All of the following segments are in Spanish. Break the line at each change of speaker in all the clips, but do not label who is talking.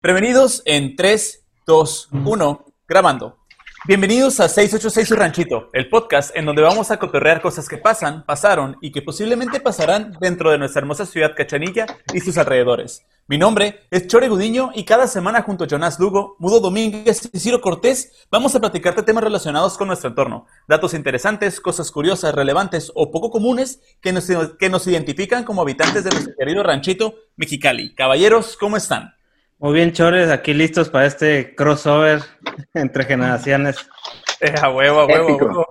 Prevenidos en 3, 2, 1, grabando. Bienvenidos a 686 y Ranchito, el podcast en donde vamos a cotorrear cosas que pasan, pasaron y que posiblemente pasarán dentro de nuestra hermosa ciudad Cachanilla y sus alrededores. Mi nombre es Chore Gudiño y cada semana junto a Jonás Lugo, Mudo Domínguez y Ciro Cortés vamos a platicarte temas relacionados con nuestro entorno, datos interesantes, cosas curiosas, relevantes o poco comunes que nos, que nos identifican como habitantes de nuestro querido ranchito Mexicali. Caballeros, ¿cómo están?
Muy bien, Chores, aquí listos para este crossover entre generaciones.
Eh, a huevo, a huevo, a huevo.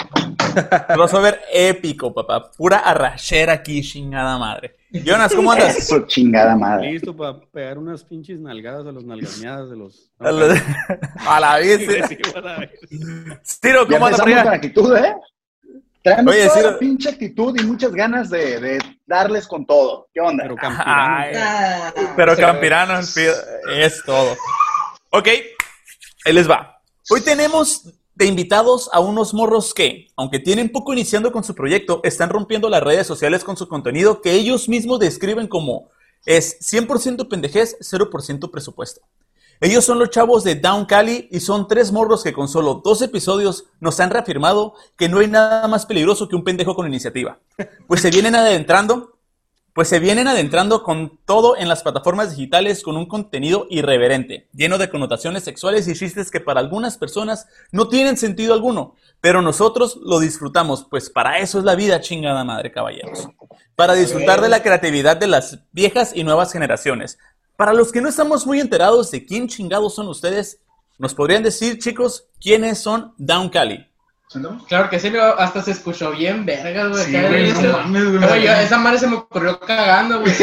Crossover épico, papá. Pura arrachera aquí, chingada madre. Jonas, ¿cómo andas?
Eso, chingada madre.
Listo para pegar unas pinches nalgadas a los nalgameadas de los.
A la- A la vez. Ciro,
Ya
¿cómo andas,
empezamos con
Frida?
actitud, ¿eh? Traemos
Oye,
toda
sí,
la
lo-
pinche actitud y muchas ganas de, de darles con todo. ¿Qué onda?
Pero
Ay,
campirano.
Pero Campirano en fin, es todo. Ok, ahí les va. Hoy tenemos de invitados a unos morros que, aunque tienen poco iniciando con su proyecto, están rompiendo las redes sociales con su contenido que ellos mismos describen como es 100% pendejez, 0% presupuesto. Ellos son los chavos de Down Cali y son tres morros que con solo dos episodios nos han reafirmado que no hay nada más peligroso que un pendejo con iniciativa. Pues se vienen adentrando pues se vienen adentrando con todo en las plataformas digitales con un contenido irreverente, lleno de connotaciones sexuales y chistes que para algunas personas no tienen sentido alguno, pero nosotros lo disfrutamos, pues para eso es la vida chingada madre, caballeros. Para disfrutar de la creatividad de las viejas y nuevas generaciones. Para los que no estamos muy enterados de quién chingados son ustedes, nos podrían decir, chicos, quiénes son Down Cali.
Claro que sí, luego hasta se escuchó bien, verga, güey.
Sí,
Cada
güey,
vez
no
se-
mames, güey.
Güey, yo- esa madre se me ocurrió cagando, güey.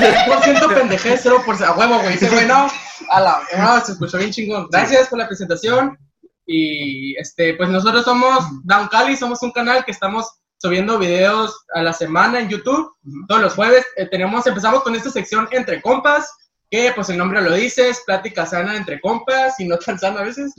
10% pendejez, 0% a huevo, güey. Ese güey, no. A la, no, se escuchó bien chingón. Gracias por la presentación. Y este, pues nosotros somos Down Cali, somos un canal que estamos subiendo videos a la semana en YouTube. Todos los jueves eh, tenemos, empezamos con esta sección entre compas. Que pues el nombre lo dice, es plática sana entre compas y no tan sana a veces.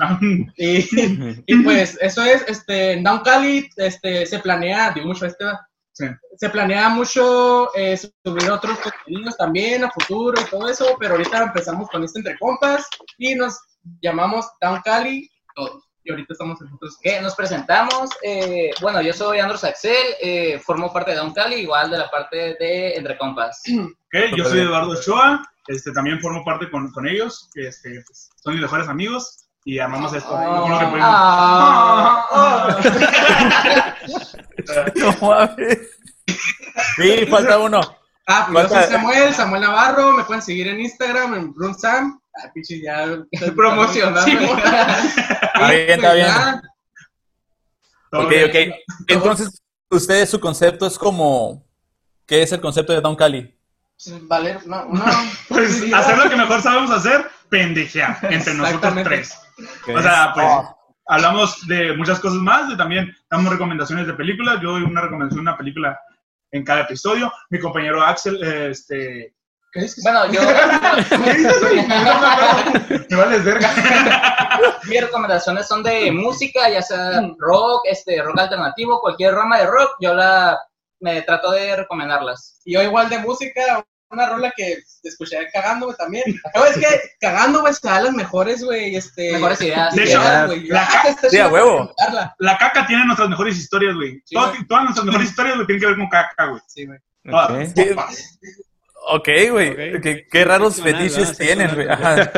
Y y pues eso es, este, en Down Cali este, se planea, digo mucho este, ¿va?
Sí.
se planea mucho eh, subir otros contenidos también a futuro y todo eso, pero ahorita empezamos con este entre compas y nos llamamos Down Cali todos. Y ahorita estamos nosotros.
Eh, nos presentamos. eh, bueno, yo soy Andros Axel, eh, formo parte de Don Cali, igual de la parte de Entre Compas.
Ok, yo soy Eduardo Ochoa, este, también formo parte con, con ellos, que este, pues, son mis mejores amigos y amamos esto. lo bueno que podemos.
Ah, ah.
No mames. Sí, falta uno.
Ah, pues yo soy
Falta-
Samuel, Samuel Navarro, me pueden seguir en Instagram, en RunSam. Ah, pinche, ya estoy promocionando.
Ah.
Está bien, está bien.
Todo
Ok,
bien.
ok. Entonces, ustedes, su concepto es como. ¿Qué es el concepto de Don Cali?
Valer, no, no.
Pues,
Sí,
hacer lo que mejor sabemos hacer, pendejear entre nosotros
Exactamente.
tres. O sea, pues hablamos de muchas cosas más, de también damos recomendaciones de películas. Yo doy una recomendación de una película en cada episodio. Mi compañero Axel, eh, este.
¿Qué dices?
Bueno, yo.
¿Qué dices, güey? No me acuerdo. Me vales verga.
mis recomendaciones son de música, ya sea rock, este, rock alternativo, cualquier rama de rock, yo la. Me trato de recomendarlas.
Y yo igual de música, una rola que escuché cagando, güey, también. No, es que cagando, güey, se da las mejores, güey, este...
Mejores ideas.
De
ideas,
hecho,
güey.
la
Ah, está
Sí, a
chido
huevo.
presentarla.
La caca tiene nuestras mejores historias, güey.
Sí,
Todas-
güey.
todas nuestras mejores historias, güey, tienen que ver con caca, güey.
Sí, güey.
Ah,
Ok.
Sí. Ok, güey.
Ok.
Qué, qué raros
Seccional,
fetiches
¿no?
tienen, güey. Ajá.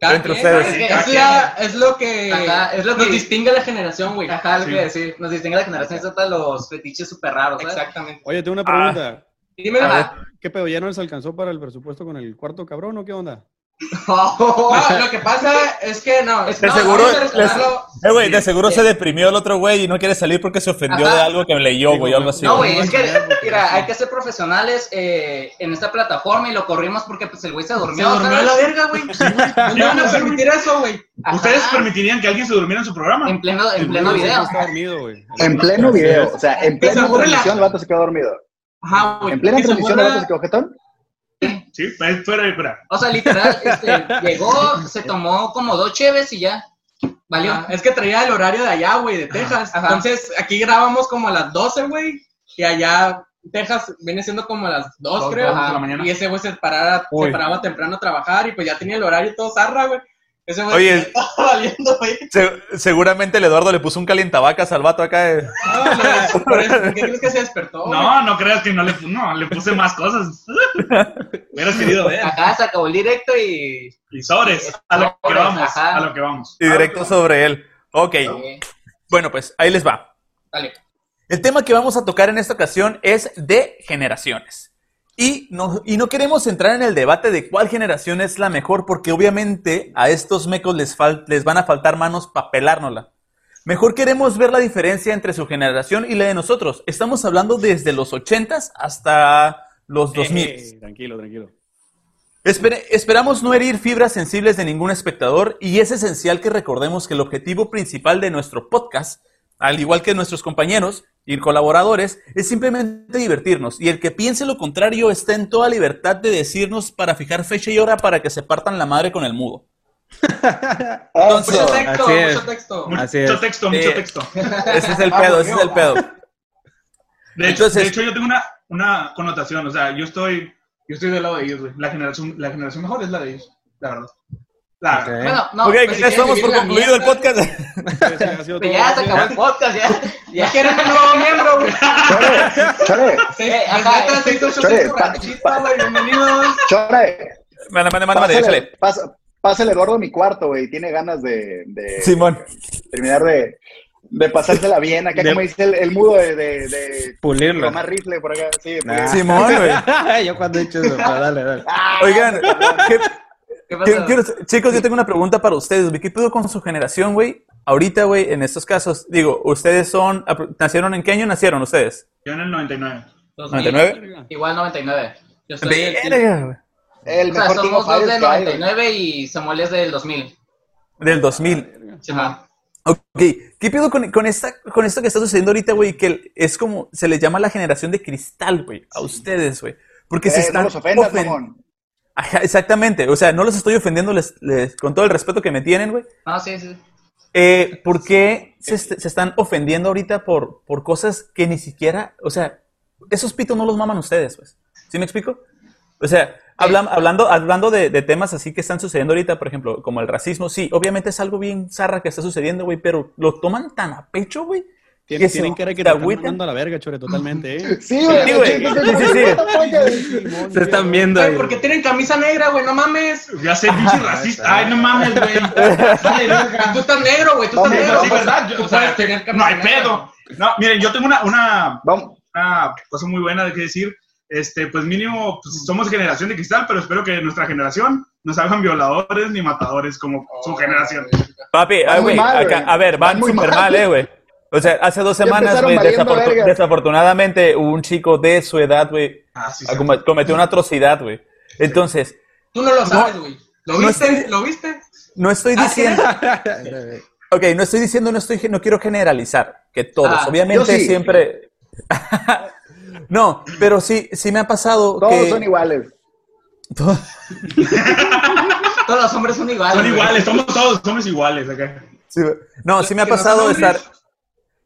Cada
Entre
quien,
ustedes.
güey, Es, la- es lo que...
Ajá, es lo que
nos
distingue a la generación, güey. Ajá, lo
Sí.
que decir. Nos distingue a la generación Z de los fetiches súper raros, ¿sabes?
Exactamente.
Oye, tengo una pregunta.
Dime
A
la...
¿Qué pedo? ¿Ya no les alcanzó para el presupuesto con el cuarto cabrón o qué onda?
No, lo que pasa es que no.
Es-
De
no,
seguro,
vamos a rescatarlo.
Eh, güey, de seguro
Sí.
se deprimió el otro güey y no quiere salir porque se ofendió
Ajá.
de algo que leyó,
Sí,
güey,
no,
algo así.
No,
güey.
güey, es que,
porque
mira,
sí.
hay que ser profesionales eh, en esta plataforma y lo corrimos porque pues el güey se
Se
durmió.
durmió a
¿sabes?
la verga, güey. No van a permitir eso, güey.
Ajá, Em-
¿Ustedes permitirían que alguien se durmiera en su programa?
En pleno, en pleno
Sí,
video.
Está dormido, güey.
En pleno video, o sea, en plena
seguro la-
transmisión el vato se quedó dormido.
Ajá, güey.
En plena
Que se
transmisión el
borra-
vato se quedó jetón.
Sí, pues, fuera de fuera.
O sea, literal, este, llegó, se tomó como dos cheves y ya. Valió.
Ajá, es que traía el horario de allá, güey, de Texas.
Ajá.
Entonces, aquí grabamos como a las 12, güey, y allá Texas viene siendo como las 2,
Dos,
creo.
dos de la
ajá,
mañana.
Y ese güey se, parara,
Uy.
se paraba temprano a trabajar y pues ya tenía el horario y todo zarra, güey. Ese güey
Oye.
estaba valiendo, güey.
Se- seguramente el Eduardo le puso un calientavacas al vato acá. eh, de-
No, no, por eso, ¿por qué crees que se despertó? güey?
No, no creas que no le, pu- no, le puse más cosas. Hubieras querido ver.
Acá se acabó el directo y.
Y sobres, a lo que
Sobres,
vamos,
ajá.
a lo que vamos.
Y directo sobre él. Ok.
eh,
Bueno, pues ahí les va.
Dale.
El tema que vamos a tocar en esta ocasión es de generaciones. Y no, y no queremos entrar en el debate de cuál generación es la mejor, porque obviamente a estos mecos les, fal- les van a faltar manos para pelárnosla. Mejor queremos ver la diferencia entre su generación y la de nosotros. Estamos hablando desde los 80s hasta los 2000.
Eh, tranquilo, tranquilo.
Espere- esperamos no herir fibras sensibles de ningún espectador y es esencial que recordemos que el objetivo principal de nuestro podcast, al igual que nuestros compañeros y colaboradores, es simplemente divertirnos y el que piense lo contrario está en toda libertad de decirnos para fijar fecha y hora para que se partan la madre con el mudo.
Mucho
Entonces,
texto,
Así es.
mucho texto.
Mucho
Así es.
texto, mucho
Eh,
texto.
ese es el pedo, ese es el pedo.
De hecho,
Entonces-
de hecho, yo tengo una, una connotación, o sea, yo estoy, yo estoy del lado de ellos, güey. La generación, la generación mejor es la de ellos, la verdad. La,
Ok.
Bueno, no.
Ok,
pues,
ya
si quieren
estamos
vivir
por
la
concluido el
mierda,
podcast.
Pues, ha sido todo,
pues, ya se
gracias.
acabó el podcast, ya.
Ya
ya.
quieren un nuevo miembro, güey.
Chore, chore,
Seis-
Eh, ajá,
las letras,
eh,
seis, ocho,
chore,
cinco,
pa-
ranchita, güey, bienvenidos.
chore.
Manda, manda, manda, manda,
Pásale,
échale.
pasa- pásale Eduardo a mi cuarto, güey. Tiene ganas de, de
Simón.
terminar de, de pasársela bien. Acá,
De-
como dice el, el mudo de, de, de
Pulirlo.
tomar rifle por acá. Sí, pues,
Nah.
sí.
Simón, güey.
Yo cuando he dicho eso, pero dale, dale.
Oigan, ¿qué,
¿Qué
Quiero-
pasó?
quiero- chicos, yo tengo una pregunta para ustedes. güey. ¿Qué pedo con su generación, güey? Ahorita, güey, en estos casos, digo, ustedes son. apro- ¿Nacieron en qué año nacieron ustedes?
yo en el 99.
2000.
99.
Igual 99. Yo soy del team-
Verga, güey.
El
O sea,
mejor tipo
somos dos
Fighters
del
que hay, güey.
99 y Samuel es del 2000.
Del 2000.
Simón.
Ok, ¿qué pedo con, con esta, con esto que está sucediendo ahorita, güey? Que el- es como, se les llama la generación de cristal, güey, a ustedes, güey. Porque se
Eh,
están
no los ofendas,
ofen-
mamón.
Ajá, exactamente. O sea, no los estoy ofendiendo les- les- con todo el respeto que me tienen, güey.
No, sí, sí.
Eh, ¿Por qué se, est- se están ofendiendo ahorita por, por cosas que ni siquiera, o sea, esos pitos no los maman ustedes, pues? ¿Sí me explico? O sea, hablan- hablando, hablando de, de temas así que están sucediendo ahorita, por ejemplo, como el racismo, sí, obviamente es algo bien zarra que está sucediendo, güey, pero lo toman tan a pecho, güey.
Tien-
que se
tienen cara que te están
agüitan.
mandando a la verga, Chore, totalmente, ¿eh?
Sí, güey.
Sí, güey.
Sí, sí,
Sí, sí, sí.
sí.
Se están viendo.
Güey,
ahí.
porque tienen camisa negra, güey, no mames.
Ya sé, pinche racista. Ay, no mames, güey.
Dale, verga. Tú estás negro, güey, tú estás
Hombre,
negro.
sí, ¿verdad? Yo,
Tú
o sea,
puedes tener
No hay
camisa negra.
pedo. No, miren, yo tengo una, una,
Vamos.
una cosa muy buena de que decir. Este, pues mínimo, pues, somos generación de cristal, pero espero que nuestra generación no salgan violadores ni matadores como su generación.
Papi,
Van
ah,
muy
güey,
mal,
acá-
güey.
a ver, van
Van muy
súper
mal.
mal, eh, güey. O sea, hace dos
Ya
semanas,
empezaron
güey,
valiendo
desafortu-
verga.
desafortunadamente un chico de su edad, güey,
Ah, sí, sí.
come- cometió una atrocidad, güey. Entonces,
Tú no lo sabes, güey. ¿Lo
No
viste?
estoy-
¿Lo viste?
no estoy
Ah, sí.
diciendo... Ok, no estoy diciendo, no estoy, no quiero generalizar que todos,
Ah,
obviamente
yo sí.
siempre. no, pero sí, sí me ha pasado
Todos
que
son iguales.
to-
Todos los hombres son iguales.
Son
güey.
iguales, somos todos, somos iguales acá.
sí, no, sí me ha
Que no son
pasado de estar
hombres.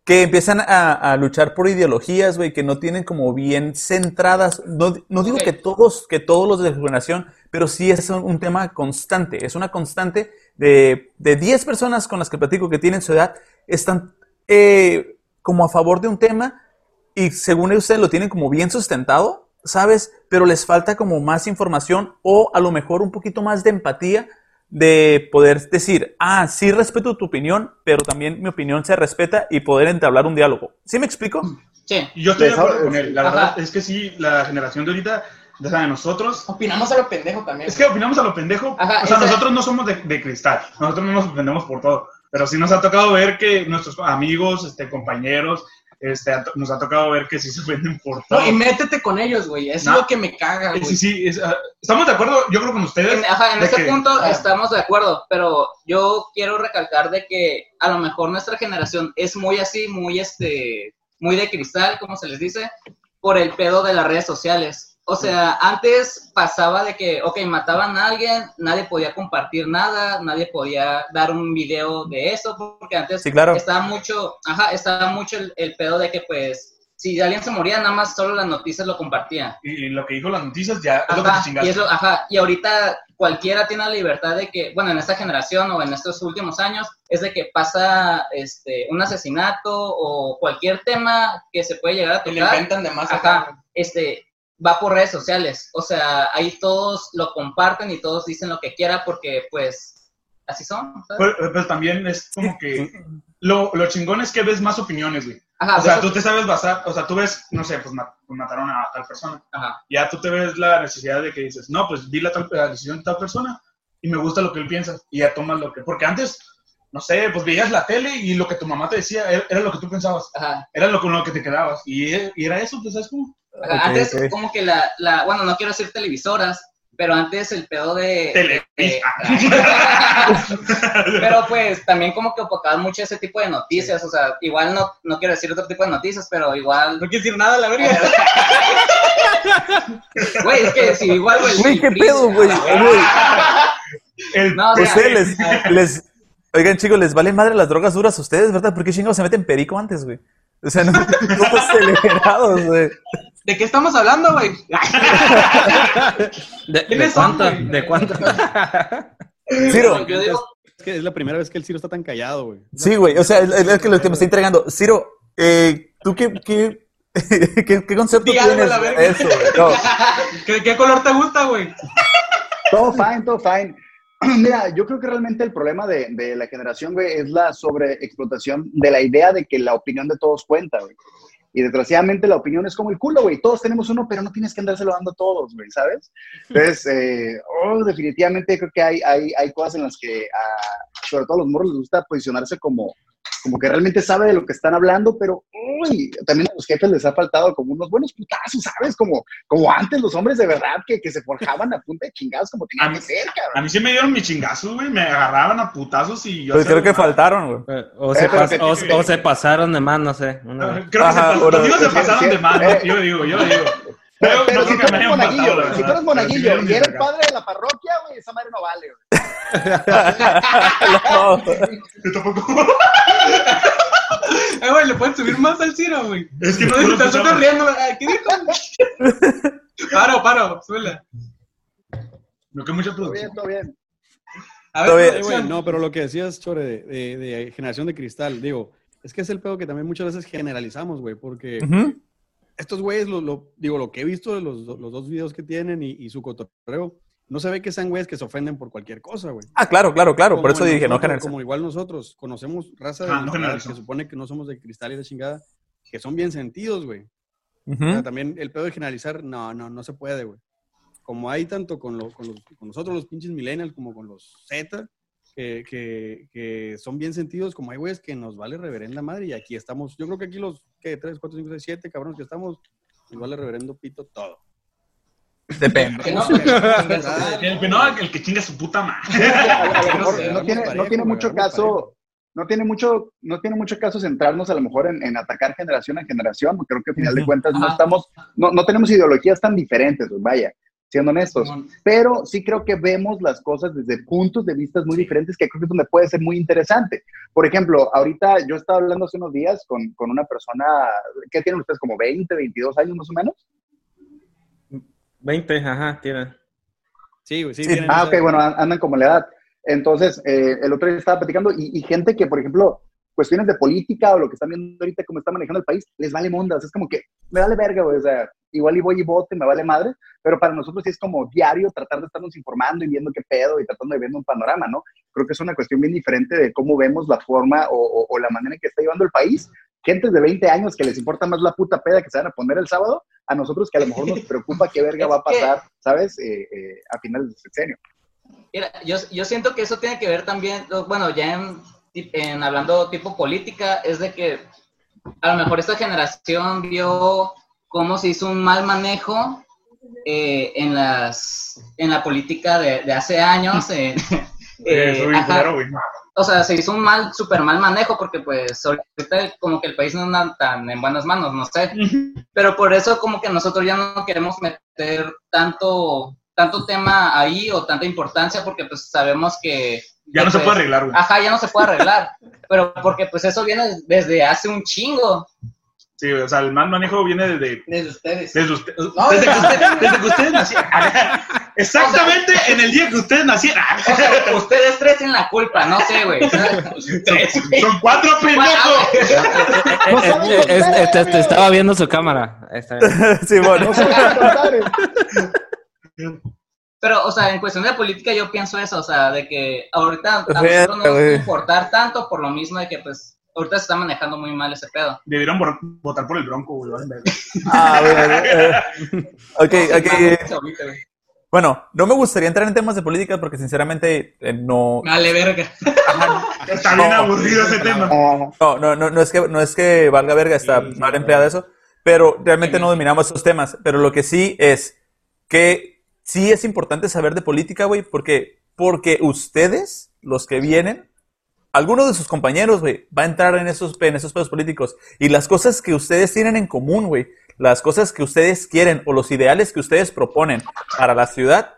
que empiezan a, a luchar por ideologías, güey, que no tienen como bien centradas. No, no digo
Ok.
que todos, que todos los de su generación, pero sí es un, un tema constante. Es una constante de, de 10 personas con las que platico que tienen su edad, están eh, como a favor de un tema y según ustedes lo tienen como bien sustentado, ¿sabes? Pero les falta como más información o a lo mejor un poquito más de empatía de poder decir, ah, sí respeto tu opinión, pero también mi opinión se respeta y poder entablar un diálogo. ¿Sí me explico?
Sí.
Y Yo estoy de
Les-
acuerdo con él. La
Ajá.
verdad es que sí, la generación de ahorita, de la de nosotros,
Opinamos a lo pendejo también.
es que opinamos a lo pendejo.
Ajá,
o sea,
esa-
nosotros no somos de, de cristal. Nosotros no nos ofendemos por todo. Pero sí nos ha tocado ver que nuestros amigos, este, compañeros, este, ha to- nos ha tocado ver que sí se ofenden por todo.
No, y métete con ellos, güey. Es
No.
lo que me caga,
Eh, sí,
güey.
sí, es, ah, estamos de acuerdo, yo creo, con ustedes.
En, ajá, en
de
ese
que-
punto
ah,
estamos de acuerdo, pero yo quiero recalcar de que a lo mejor nuestra generación es muy así, muy este, muy de cristal, como se les dice, por el pedo de las redes sociales. O sea, antes pasaba de que, ok, mataban a alguien, nadie podía compartir nada, nadie podía dar un video de eso, porque antes
Sí, claro.
estaba mucho, ajá, estaba mucho el, el pedo de que pues si alguien se moría, nada más solo las noticias lo compartía.
Y, y lo que dijo las noticias ya es lo que te
Ajá, y,
chingaste.
es lo- ajá, y ahorita cualquiera tiene la libertad de que, bueno, en esta generación o en estos últimos años, es de que pasa este, un asesinato o cualquier tema que se puede llegar a
Y le
tocar.
inventan de más
Ajá.
acá.
este, va por redes sociales. O sea, ahí todos lo comparten y todos dicen lo que quiera porque, pues, así son. ¿sabes?
Pues, pues también es como que lo, lo chingón es que ves más opiniones, güey.
Ajá,
o sea,
Ah, ves-
tú te sabes basar, o sea, tú ves, no sé, pues ma- pues mataron a tal persona.
ajá,
Ya tú te ves la necesidad de que dices, no, pues vi la, tal- la decisión de tal persona y me gusta lo que él piensa y ya tomas lo que... Porque antes, no sé, pues veías la tele y lo que tu mamá te decía e-, era, era lo que tú pensabas,
ajá,
era lo con lo que te quedabas. Y, e- y era eso, pues, ¿sabes cómo?
ajá.
Ok,
antes,
ok.
como que la, la, bueno, no quiero decir televisoras, pero antes el pedo de... de-
Televisa.
pero pues también como que opacaban mucho ese tipo de noticias, o sea, igual no, no quiero decir otro tipo de noticias, pero igual,
No quiero decir nada, la verga.
güey, es Ah, que si igual, güey,
Güey,
el
qué
PRI-
pedo, güey. Güey, pues,
El-
No, o sea,
Ustedes les, les- Oigan, chicos, les valen madre las drogas duras a ustedes, ¿verdad? ¿Por qué chingados se meten perico antes, güey? O sea, no, no acelerados, güey.
¿De qué estamos hablando, güey?
¿De, de
¿Quiénes son,
cuánto?
güey?
¿De cuánto?
Ciro,
yo digo
Es que es la primera vez que el Ciro está tan callado, güey.
sí, güey. O sea, es, es que lo que me está entregando. Ciro, eh, ¿tú qué, qué, qué, qué concepto
Di algo a
tienes
la verga.
de eso, güey? No,
¿De qué color te gusta, güey?
Todo fine, todo fine. Mira, yo creo que realmente el problema de, de la generación, güey, es la sobreexplotación de la idea de que la opinión de todos cuenta, güey. Y desgraciadamente la opinión es como el culo, güey. Todos tenemos uno, pero no tienes que andárselo dando a todos, güey, ¿sabes? Entonces, eh, oh, definitivamente creo que hay, hay, hay cosas en las que, ah, sobre todo a los morros les gusta posicionarse como, como que realmente sabe de lo que están hablando, pero uy, también a los jefes les ha faltado como unos buenos putazos, ¿sabes? Como, como antes los hombres de verdad que, que se forjaban a punta de chingados como tenían que ser, cabrón.
A mí sí me dieron mis chingazos, güey. Me agarraban a putazos y yo.
pues creo que
faltaba.
faltaron, güey.
Eh, O se,
Eh, pero
pas-
que-
o- o se pasaron de más, no sé. una-
Creo que se
Ajá,
pas-
ahora-
contigo se
sí,
pasaron
sí.
de más,
Eh.
yo digo, yo digo.
Pero, pero
no creo
si
que
tú
me
eres
hayan
monaguillo,
faltado, la
si tú
verdad.
eres monaguillo
Pero sí me
y eres
dieron
padre de la parroquia, güey, esa madre no vale, güey.
No.
Yo tampoco.
Eh, güey, le pueden subir más al Ciro, güey.
Es que no
No,
lo
te estás
escuchaba.
riendo, güey. Ay, ¿Qué dijo? paro, paro, súbela.
No, que mucha
Todo
producción.
bien, todo bien.
A
Todo bien.
ver,
Eh, güey,
producción.
no, pero lo que decías, Chore, de, de- de generación de cristal, digo, es que es el pedo que también muchas veces generalizamos, güey, porque
Ujú.
estos güeyes, lo, lo- digo, lo que he visto de los, los dos videos que tienen y, y su cotorreo, no se ve que sean güeyes que se ofenden por cualquier cosa, güey.
Ah, claro, claro, claro. Por
Como
eso dije, no,
nosotros,
generaliza.
Como igual nosotros, conocemos raza de
Ah, no
millennials
generalizo.
que supone que no somos de cristal y de chingada, que son bien sentidos, güey. O sea,
Ujú.
también el pedo de generalizar, no, no, no se puede, güey. Como hay tanto con, lo- con, los- con nosotros los pinches millennials como con los Z, que, que, que son bien sentidos, como hay güeyes que nos vale reverenda madre y aquí estamos, yo creo que aquí los que 3, 4, 5, 6, 7 cabrones que estamos, nos vale reverendo pito todo.
Depende.
Que no,
pues,
que no,
El que no, el que chinga su puta madre.
A lo- a lo
No
mejor
sé,
No
hagamos
tiene, no
parejo,
tiene
güey,
mucho
hagamos
caso.
parejo.
No tiene, mucho, no tiene mucho caso centrarnos a lo mejor en, en atacar generación a generación. porque Creo que al final de
Ujú.
cuentas no
Ajá.
estamos, no, no tenemos ideologías tan diferentes, pues, vaya, siendo honestos. Pero sí creo que vemos las cosas desde puntos de vista muy diferentes que creo que es donde puede ser muy interesante. Por ejemplo, ahorita yo estaba hablando hace unos días con, con una persona, ¿qué tienen ustedes? Como 20, 22 años más o menos.
20, ajá, tira.
Sí, güey, sí.
Sí.
tienen
Ah,
esa-
ok, bueno, an- andan como la edad. Entonces, eh, el otro día estaba platicando y, y gente que, por ejemplo, cuestiones de política o lo que están viendo ahorita, cómo está manejando el país, les vale mondas. Es como que me vale verga, güey. O sea, igual y voy y voto y me vale madre, pero para nosotros sí es como diario tratar de estarnos informando y viendo qué pedo y tratando de ver un panorama, ¿no? Creo que es una cuestión bien diferente de cómo vemos la forma o, o- o la manera en que está llevando el país. Gentes de 20 años que les importa más la puta peda que se van a poner el sábado, a nosotros que a lo mejor nos preocupa qué verga va a
Es que-
pasar, ¿sabes? Eh, eh, a finales de sexenio.
Mira, yo, yo siento que eso tiene que ver también, lo- bueno, ya en, en hablando tipo política, es de que a lo mejor esta generación vio cómo se hizo un mal manejo eh, en las en la política de, de hace años. en- eh,
Eh, soy
ajá.
culero, güey.
o sea, se hizo un mal, súper mal manejo porque pues ahorita el- como que el país no anda tan en buenas manos, no sé. Pero por eso como que nosotros ya no queremos meter tanto tanto tema ahí o tanta importancia porque pues sabemos que
Ya no se
pues,
puede arreglar, güey.
Ajá, ya no se puede arreglar. pero porque pues eso viene desde hace un chingo.
Sí, o sea, el mal manejo viene desde...
Desde ustedes.
Desde, usted-
No,
desde,
no,
que,
no.
usted- desde que ustedes nacieron. Exactamente en el día que Ah, ustedes nacieron.
O sea, ustedes tres tienen la culpa, no sé, güey. Tres, güey.
Son cuatro pendejos.
No saben
Eh, eh,
contar,
eh, te- te
güey.
estaba viendo su cámara. Está bien.
Sí, bueno.
No saben contar, eh.
Pero, o sea, en cuestión de política yo pienso eso, o sea, de que ahorita a
Verga,
nosotros no nos
güey.
puede importar tanto por lo mismo de que, pues, ahorita se está manejando muy mal ese pedo.
Debieron bor- votar por el Bronco, güey. valen verga.
Ah, bueno, eh, ok, ok. eh,
Ahorita, güey.
Bueno, no me gustaría entrar en temas de política porque sinceramente eh, no,
Vale, verga.
Está bien
No.
aburrido ese tema.
Ah,
no, no, no, no es que no es que valga verga, está
Sí, sí,
mal
sí.
empleada eso, pero realmente no dominamos esos temas. Pero lo que sí es que sí es importante saber de política, güey, porque porque ustedes, los que vienen, alguno de sus compañeros, güey, va a entrar en esos en esos pedos políticos y las cosas que ustedes tienen en común, güey, las cosas que ustedes quieren o los ideales que ustedes proponen para la ciudad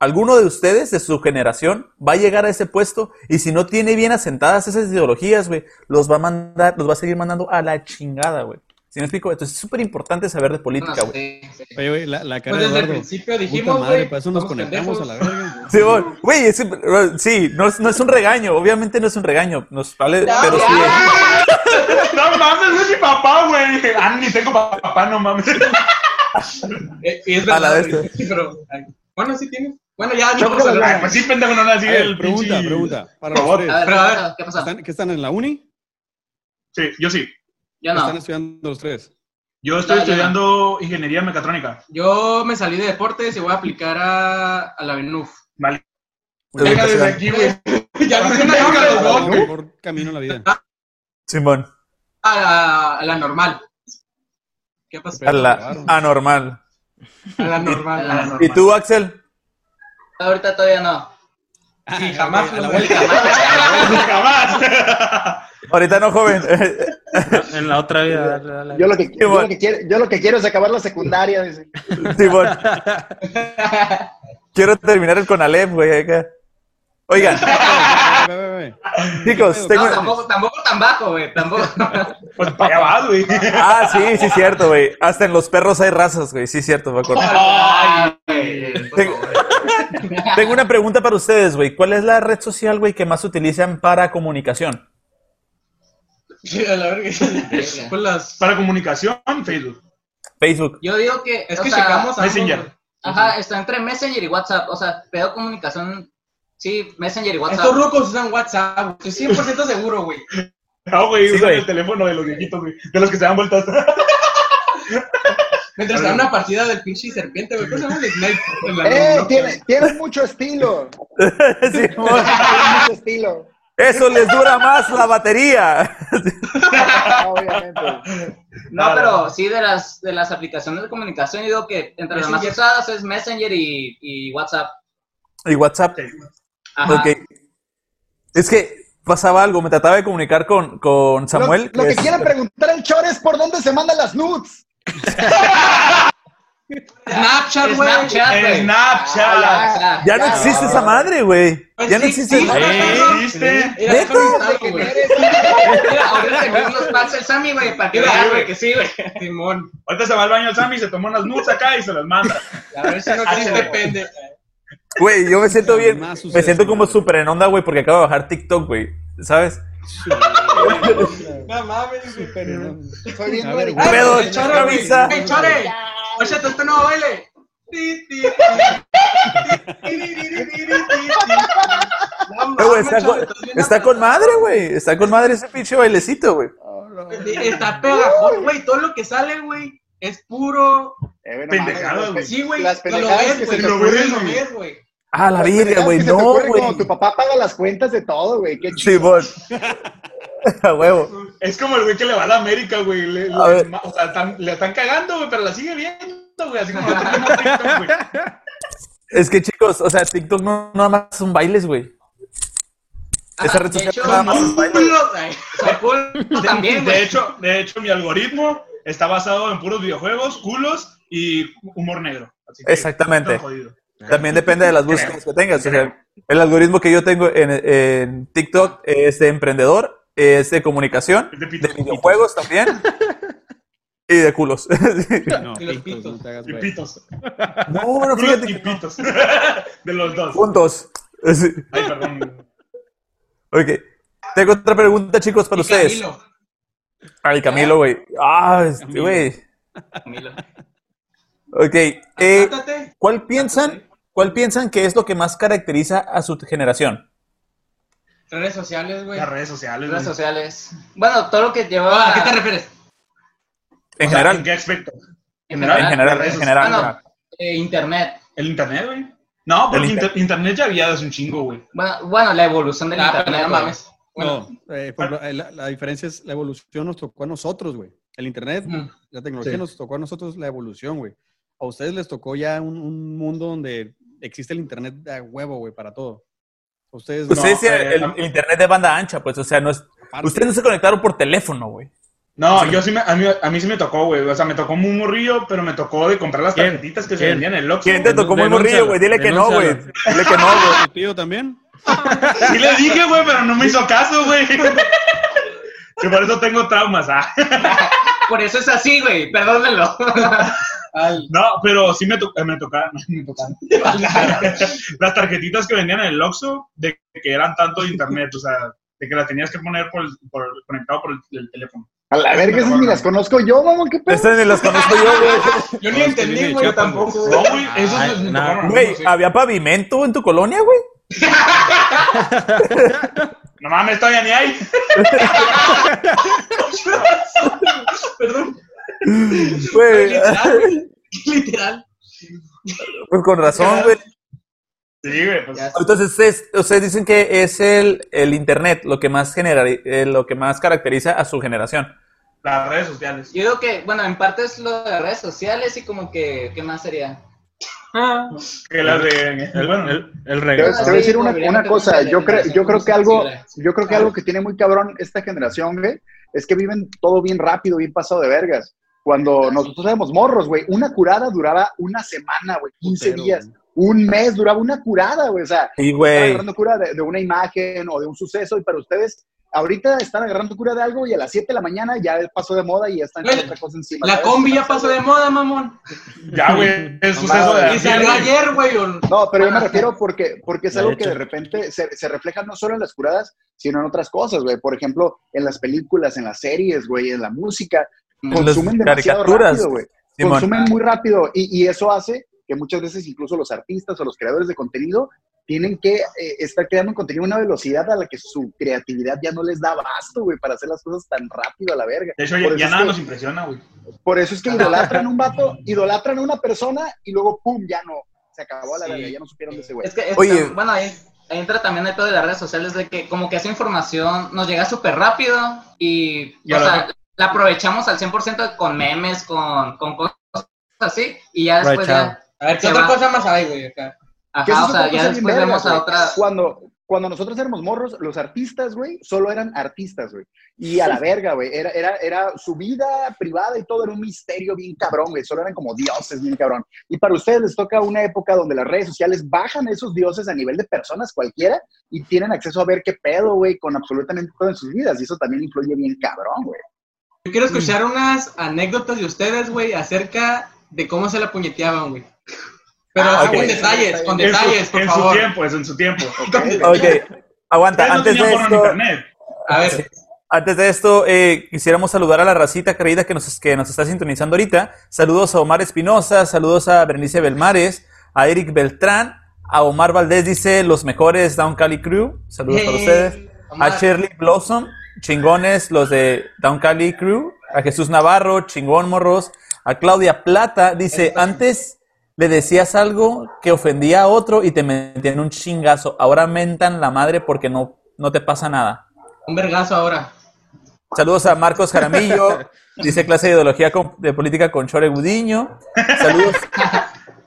alguno de ustedes de su generación va a llegar a ese puesto y si no tiene bien asentadas esas ideologías, güey, los va a mandar, los va a seguir mandando a la chingada, güey. ¿Sí me explico? Entonces es súper importante saber de política,
No,
güey.
sí, sí.
Oye, güey, la, la cara
Pues
de
desde el
Eduardo.
principio
Puta
dijimos,
madre,
güey.
para eso nos
somos
conectamos a
pendejos.
la verga.
Sí, güey, güey, es- sí, no, es- no es un regaño, obviamente no es un regaño, nos vale, pero sí.
No mames, es mi papá, güey. Ah, ni tengo pa- papá, no mames.
Eh, y es
A la
verdad,
de
güey, pero, ay, bueno, sí tienes. Bueno, ya no
Chócala,
vamos a
Ay,
hablar.
pues sí, pendejo, no nací
A ver,
el
pregunta,
pinche-
pregunta. Para
robot.
ustedes,
A ver,
Pero, a ver,
¿qué pasó?
¿están, ¿qué están en la uni?
Sí, yo sí.
Yo
Ah,
¿O ¿Están
no.
estudiando los tres?
Yo estoy
No, yo
estudiando ingeniería mecatrónica.
Yo me salí de deportes y voy a aplicar a, a la Venuf.
Venga desde
Educación.
aquí, güey.
Ya no sé nada
Venga,
de los dos,
¿no?
El
güey.
mejor camino en la vida.
Simón,
A la, a la normal. ¿Qué pasó?
a la anormal.
A la normal. A la normal.
¿Y tú, Axel?
Ahorita todavía no.
Y jamás
A la
lo-
Jamás.
Ahorita no, joven.
En la otra vida. dale, dale.
Yo lo, que, yo, lo que quiero, yo lo que quiero es acabar la secundaria. dice.
Simón. Quiero terminar el Conalep, güey. acá. Oigan,
Ve, ve, ve.
chicos, tengo...
No, tampoco, tampoco tan bajo, güey. Tampoco.
Pues para allá vas, güey.
Ah, sí, sí, cierto, güey. Hasta en los perros hay razas, güey. Sí, cierto, me acuerdo.
Ay, güey.
Tengo, tengo una pregunta para ustedes, güey. ¿Cuál es la red social, güey, que más utilizan para comunicación?
A la verga. Pues las.
Para comunicación, Facebook.
Facebook.
Yo digo que.
Es
o
que
sea,
checamos a.
Messenger.
ambos,
Ajá, está entre Messenger y WhatsApp. O sea, pedo comunicación. Sí, Messenger y
güey.
WhatsApp.
Estos rucos usan WhatsApp. güey. Estoy 100% seguro, güey.
Ah, güey,
Sí,
usan
güey.
el teléfono de los viejitos, güey. De los que se dan vueltas.
Mientras se da una partida del pinche serpiente, güey. ¿Cómo se llama? De Snake. En la
¡Eh!
Roblox,
Tienes
güey.
tienes mucho estilo.
Sí, mo-
Tienes mucho estilo.
Eso les dura más la batería.
Ah, obviamente.
No, pero sí de las de las aplicaciones de comunicación, yo digo que entre las más
Messenger.
usadas es Messenger y, y WhatsApp.
Y WhatsApp.
Ajá.
Ok. Es que pasaba algo, me trataba de comunicar con, con Samuel.
Lo, lo que
es-
quiere preguntar el Chor es por dónde se mandan las nudes.
Snapchat, güey.
Snapchat, güey.
Snapchat.
Ah,
Ya no existe esa madre, güey.
Pues
Ya no
sí,
existe.
sí,
¿Qué
Eh.
hiciste?
¿Neta?
Mira, déjame instalarlo, güey.
Mira, ahorita que ves los packs el Sammy, güey, para que
Mira,
veas,
güey.
güey, que sí, güey.
Simón.
Ahorita se va al baño el Sammy, se toma unas nuts acá y se las manda.
A ver si no existe, pende.
Güey, yo me siento bien.
Jamás sucede
Me siento
esa
como
madre.
súper en onda, güey, porque acabo de bajar TikTok, güey. ¿Sabes?
No mames, güey.
Perdón.
Soy bien
A ver,
nerd.
güey. Pedo,
el choro, güey.
camisa.
¡Ey, chore! ¡Óchate este nuevo baile! Ti, ti, ti. Ti, ti, ti, ti, ti, ti, ti. No
Eh, güey,
mames,
está,
chore,
con,
estás bien
está con madre, güey. Está con madre ese pinche bailecito, güey.
apretado. Está pegajoso, güey. Todo lo que sale, güey, es puro.
Eh, bueno,
Pendejadas,
mames,
güey.
Sí, güey.
Las
no lo
pendejadas
ves,
que se
güey.
te
Lo
ocurren,
ves, lo
güey.
ves, güey.
Ah, la
las
virga,
pendejadas
güey.
que se te
No,
ocurren
güey.
cuando Tu papá paga las cuentas de todo, güey. Qué chido.
Simón. A huevo.
Es como el güey que le va a la América, güey. Le,
A
le-
ver.
ma- o sea, tan- le están cagando, güey, pero la sigue viendo, güey. Así como la tenemos TikTok, güey.
Es que, chicos, o sea, TikTok no no nada más son bailes, güey. Esa red
Ah, de
social
hecho,
nada más son bailes.
Ay,
Son culo también,
De
güey.
hecho, de hecho, mi algoritmo está basado en puros videojuegos, culos y humor negro. Así que
Exactamente.
está jodido.
También depende de las búsquedas que tengas. O sea, el algoritmo que yo tengo en, en TikTok es de emprendedor, es de comunicación,
Es de pito.
de videojuegos también. Sí, de culos.
No,
Y los
pitos,
pitos.
no te hagas,
Y
güey.
pitos.
No, pero
Culos
fíjate.
y
que-
pitos. De los dos.
Juntos. Sí.
Ay, perdón.
Ok. Tengo otra pregunta, chicos, para ustedes.
Camilo.
Ay, Camilo, güey. Ah, este, güey.
Camilo.
Ok. eh,
Mátate.
¿Cuál piensan, cuál piensan que es lo que más caracteriza a su generación?
Redes sociales, güey.
Las redes sociales.
Redes
güey.
sociales. Bueno, todo lo que lleva.
¿A qué te refieres?
En
O sea,
general,
¿En qué aspecto?
En
en
general.
general,
redes
en general. Ah,
Bueno, eh, internet.
¿El internet, güey? No, porque
El inter-
inter- internet ya había desde un chingo, güey.
Bueno, bueno, la evolución del
Ah, pero
internet,
no
güey.
mames.
No, eh, por ejemplo, eh, la, la diferencia es la evolución nos tocó a nosotros, güey. El internet,
Ujú.
la tecnología
Sí.
nos tocó a nosotros la evolución, güey. A ustedes les tocó ya un, un mundo donde existe el internet de a huevo, güey, para todo. A Ustedes
Pues
No,
es el,
eh,
el internet de banda ancha, pues, o sea, no es.
aparte.
Ustedes no se conectaron por teléfono, güey.
No, yo sí me, a, mí, a mí sí me tocó, güey. O sea, me tocó muy morrillo, pero me tocó de comprar las
¿Quién?
tarjetitas que se
¿Quién?
vendían en el Oxxo.
¿Quién te
güey.
tocó muy morrillo, güey? Dile que no, güey.
denúncialo.
Dile que no, güey.
¿Tu tío también?
Sí le dije, güey, pero no me hizo caso, güey. Que por eso tengo traumas, ah.
Por eso es así, güey. Perdónenlo.
Al-
No, pero sí me, to- eh, me tocaron. Me tocaron. las tarjetitas que vendían en el Oxxo, de que eran tanto de internet, o sea, de que las tenías que poner por, el- por el- conectado por el, el teléfono.
A la verga, esas ni las conozco yo, mamón, qué pedo.
Estas Este ni las conozco yo, güey.
No, es que
Yo ni
Pues,
viene
entendí,
de
güey,
Chiapas,
tampoco.
No, güey, eso
Ay,
es me
no.
tocaron,
Güey,
sí.
¿había pavimento en tu colonia, güey?
No mames, todavía ni hay.
Perdón,
Güey,
literal, güey. literal.
pues con razón, güey.
Sí, güey, pues.
Ya sé.
Entonces, ustedes, ustedes dicen que es el, el internet lo que, más genera, eh, lo que más caracteriza a su generación.
Las redes sociales.
Yo digo que, bueno, en parte es lo de redes sociales y como que, ¿qué más sería?
Que las de.
El,
bueno,
el- el
Te voy
regalo.
a- te voy a decir una,
Obviamente,
una cosa,
obviamente,
yo, creo, yo creo que algo,
sensible.
yo creo que
Claro.
algo que tiene muy cabrón esta generación, güey, es que viven todo bien rápido, bien pasado de vergas. Cuando nosotros éramos morros, güey, una curada duraba una semana, güey, 15
Putero,
días,
güey.
un mes duraba una curada, güey, o sea,
Y,
están
güey,
agarrando cura de, de una imagen o de un suceso, y para ustedes, ahorita están agarrando cura de algo y a las 7 de la mañana ya pasó de moda y ya están
Güey,
echando otra cosa encima.
La
¿sabes?
combi ya pasó de moda, mamón.
ya, güey. El suceso de.
Y
ayer,
salió
güey.
ayer, güey. o-
No, pero yo me refiero porque, porque es
De
algo que
hecho.
de repente se, se refleja no solo en las curadas, sino en otras cosas, güey. Por ejemplo, en las películas, en las series, güey, en la música.
las
Consumen demasiado
caricaturas,
rápido, güey.
Simón.
Consumen muy rápido y, y eso hace que muchas veces incluso los artistas o los creadores de contenido tienen que eh, estar creando un contenido a una velocidad a la que su creatividad ya no les da abasto, güey, para hacer las cosas tan rápido a la verga.
De hecho,
Por
ya,
eso
ya
es
nada
que-
nos impresiona, güey.
por eso es que idolatran a un vato, idolatran a una persona y luego, pum, ya no. Se acabó la
Sí.
verga, ya no supieron de ese güey.
Es que, es-
Oye.
bueno, ahí, ahí entra también el pedo de las redes sociales de que como que esa información nos llega súper rápido y,
Y
o
a la
sea, la aprovechamos al 100% con memes, con, con cosas así y ya
Right,
después
chao.
ya,
A ver, ¿qué
Se
otra
va.
cosa más hay, güey? Acá.
Que
ajá,
esa
o
es otra
sea,
cosa
ya
bien
después
verga,
vemos a
güey.
otra...
Cuando, cuando nosotros éramos morros, los artistas, güey, solo eran artistas, güey. Y a la verga, güey. Era, era, era su vida privada y todo era un misterio bien cabrón, güey. Solo eran como dioses bien cabrón. Y para ustedes les toca una época donde las redes sociales bajan esos dioses a nivel de personas cualquiera y tienen acceso a ver qué pedo, güey, con absolutamente todo en sus vidas. Y eso también influye bien cabrón, güey.
Yo
Mm.
quiero escuchar unas anécdotas de ustedes, güey, acerca de cómo se la puñeteaban, güey. Pero
Ah,
así
ok.
con detalles, con
En su-
detalles, por
en su
favor.
tiempo, es en su tiempo.
Ok, aguanta,
Ustedes no
antes de
tenían porno en
esto.
internet.
A ver,
Antes de esto, eh, quisiéramos saludar a la racita querida que nos, que nos está sintonizando ahorita. Saludos a Omar Espinosa, saludos a Berenice Belmares, a Eric Beltrán, a Omar Valdés dice los mejores Down Cali Crew. Saludos para
Hey,
ustedes.
Omar.
A Shirley Blossom, chingones los de Down Cali Crew. A Jesús Navarro, chingón morros. A Claudia Plata dice, antes le decías algo que ofendía a otro y te metían un chingazo. Ahora mentan la madre porque no, no te pasa nada.
un vergazo ahora.
Saludos a Marcos Jaramillo, dice clase de ideología con- de política con Chore Gudiño. Saludos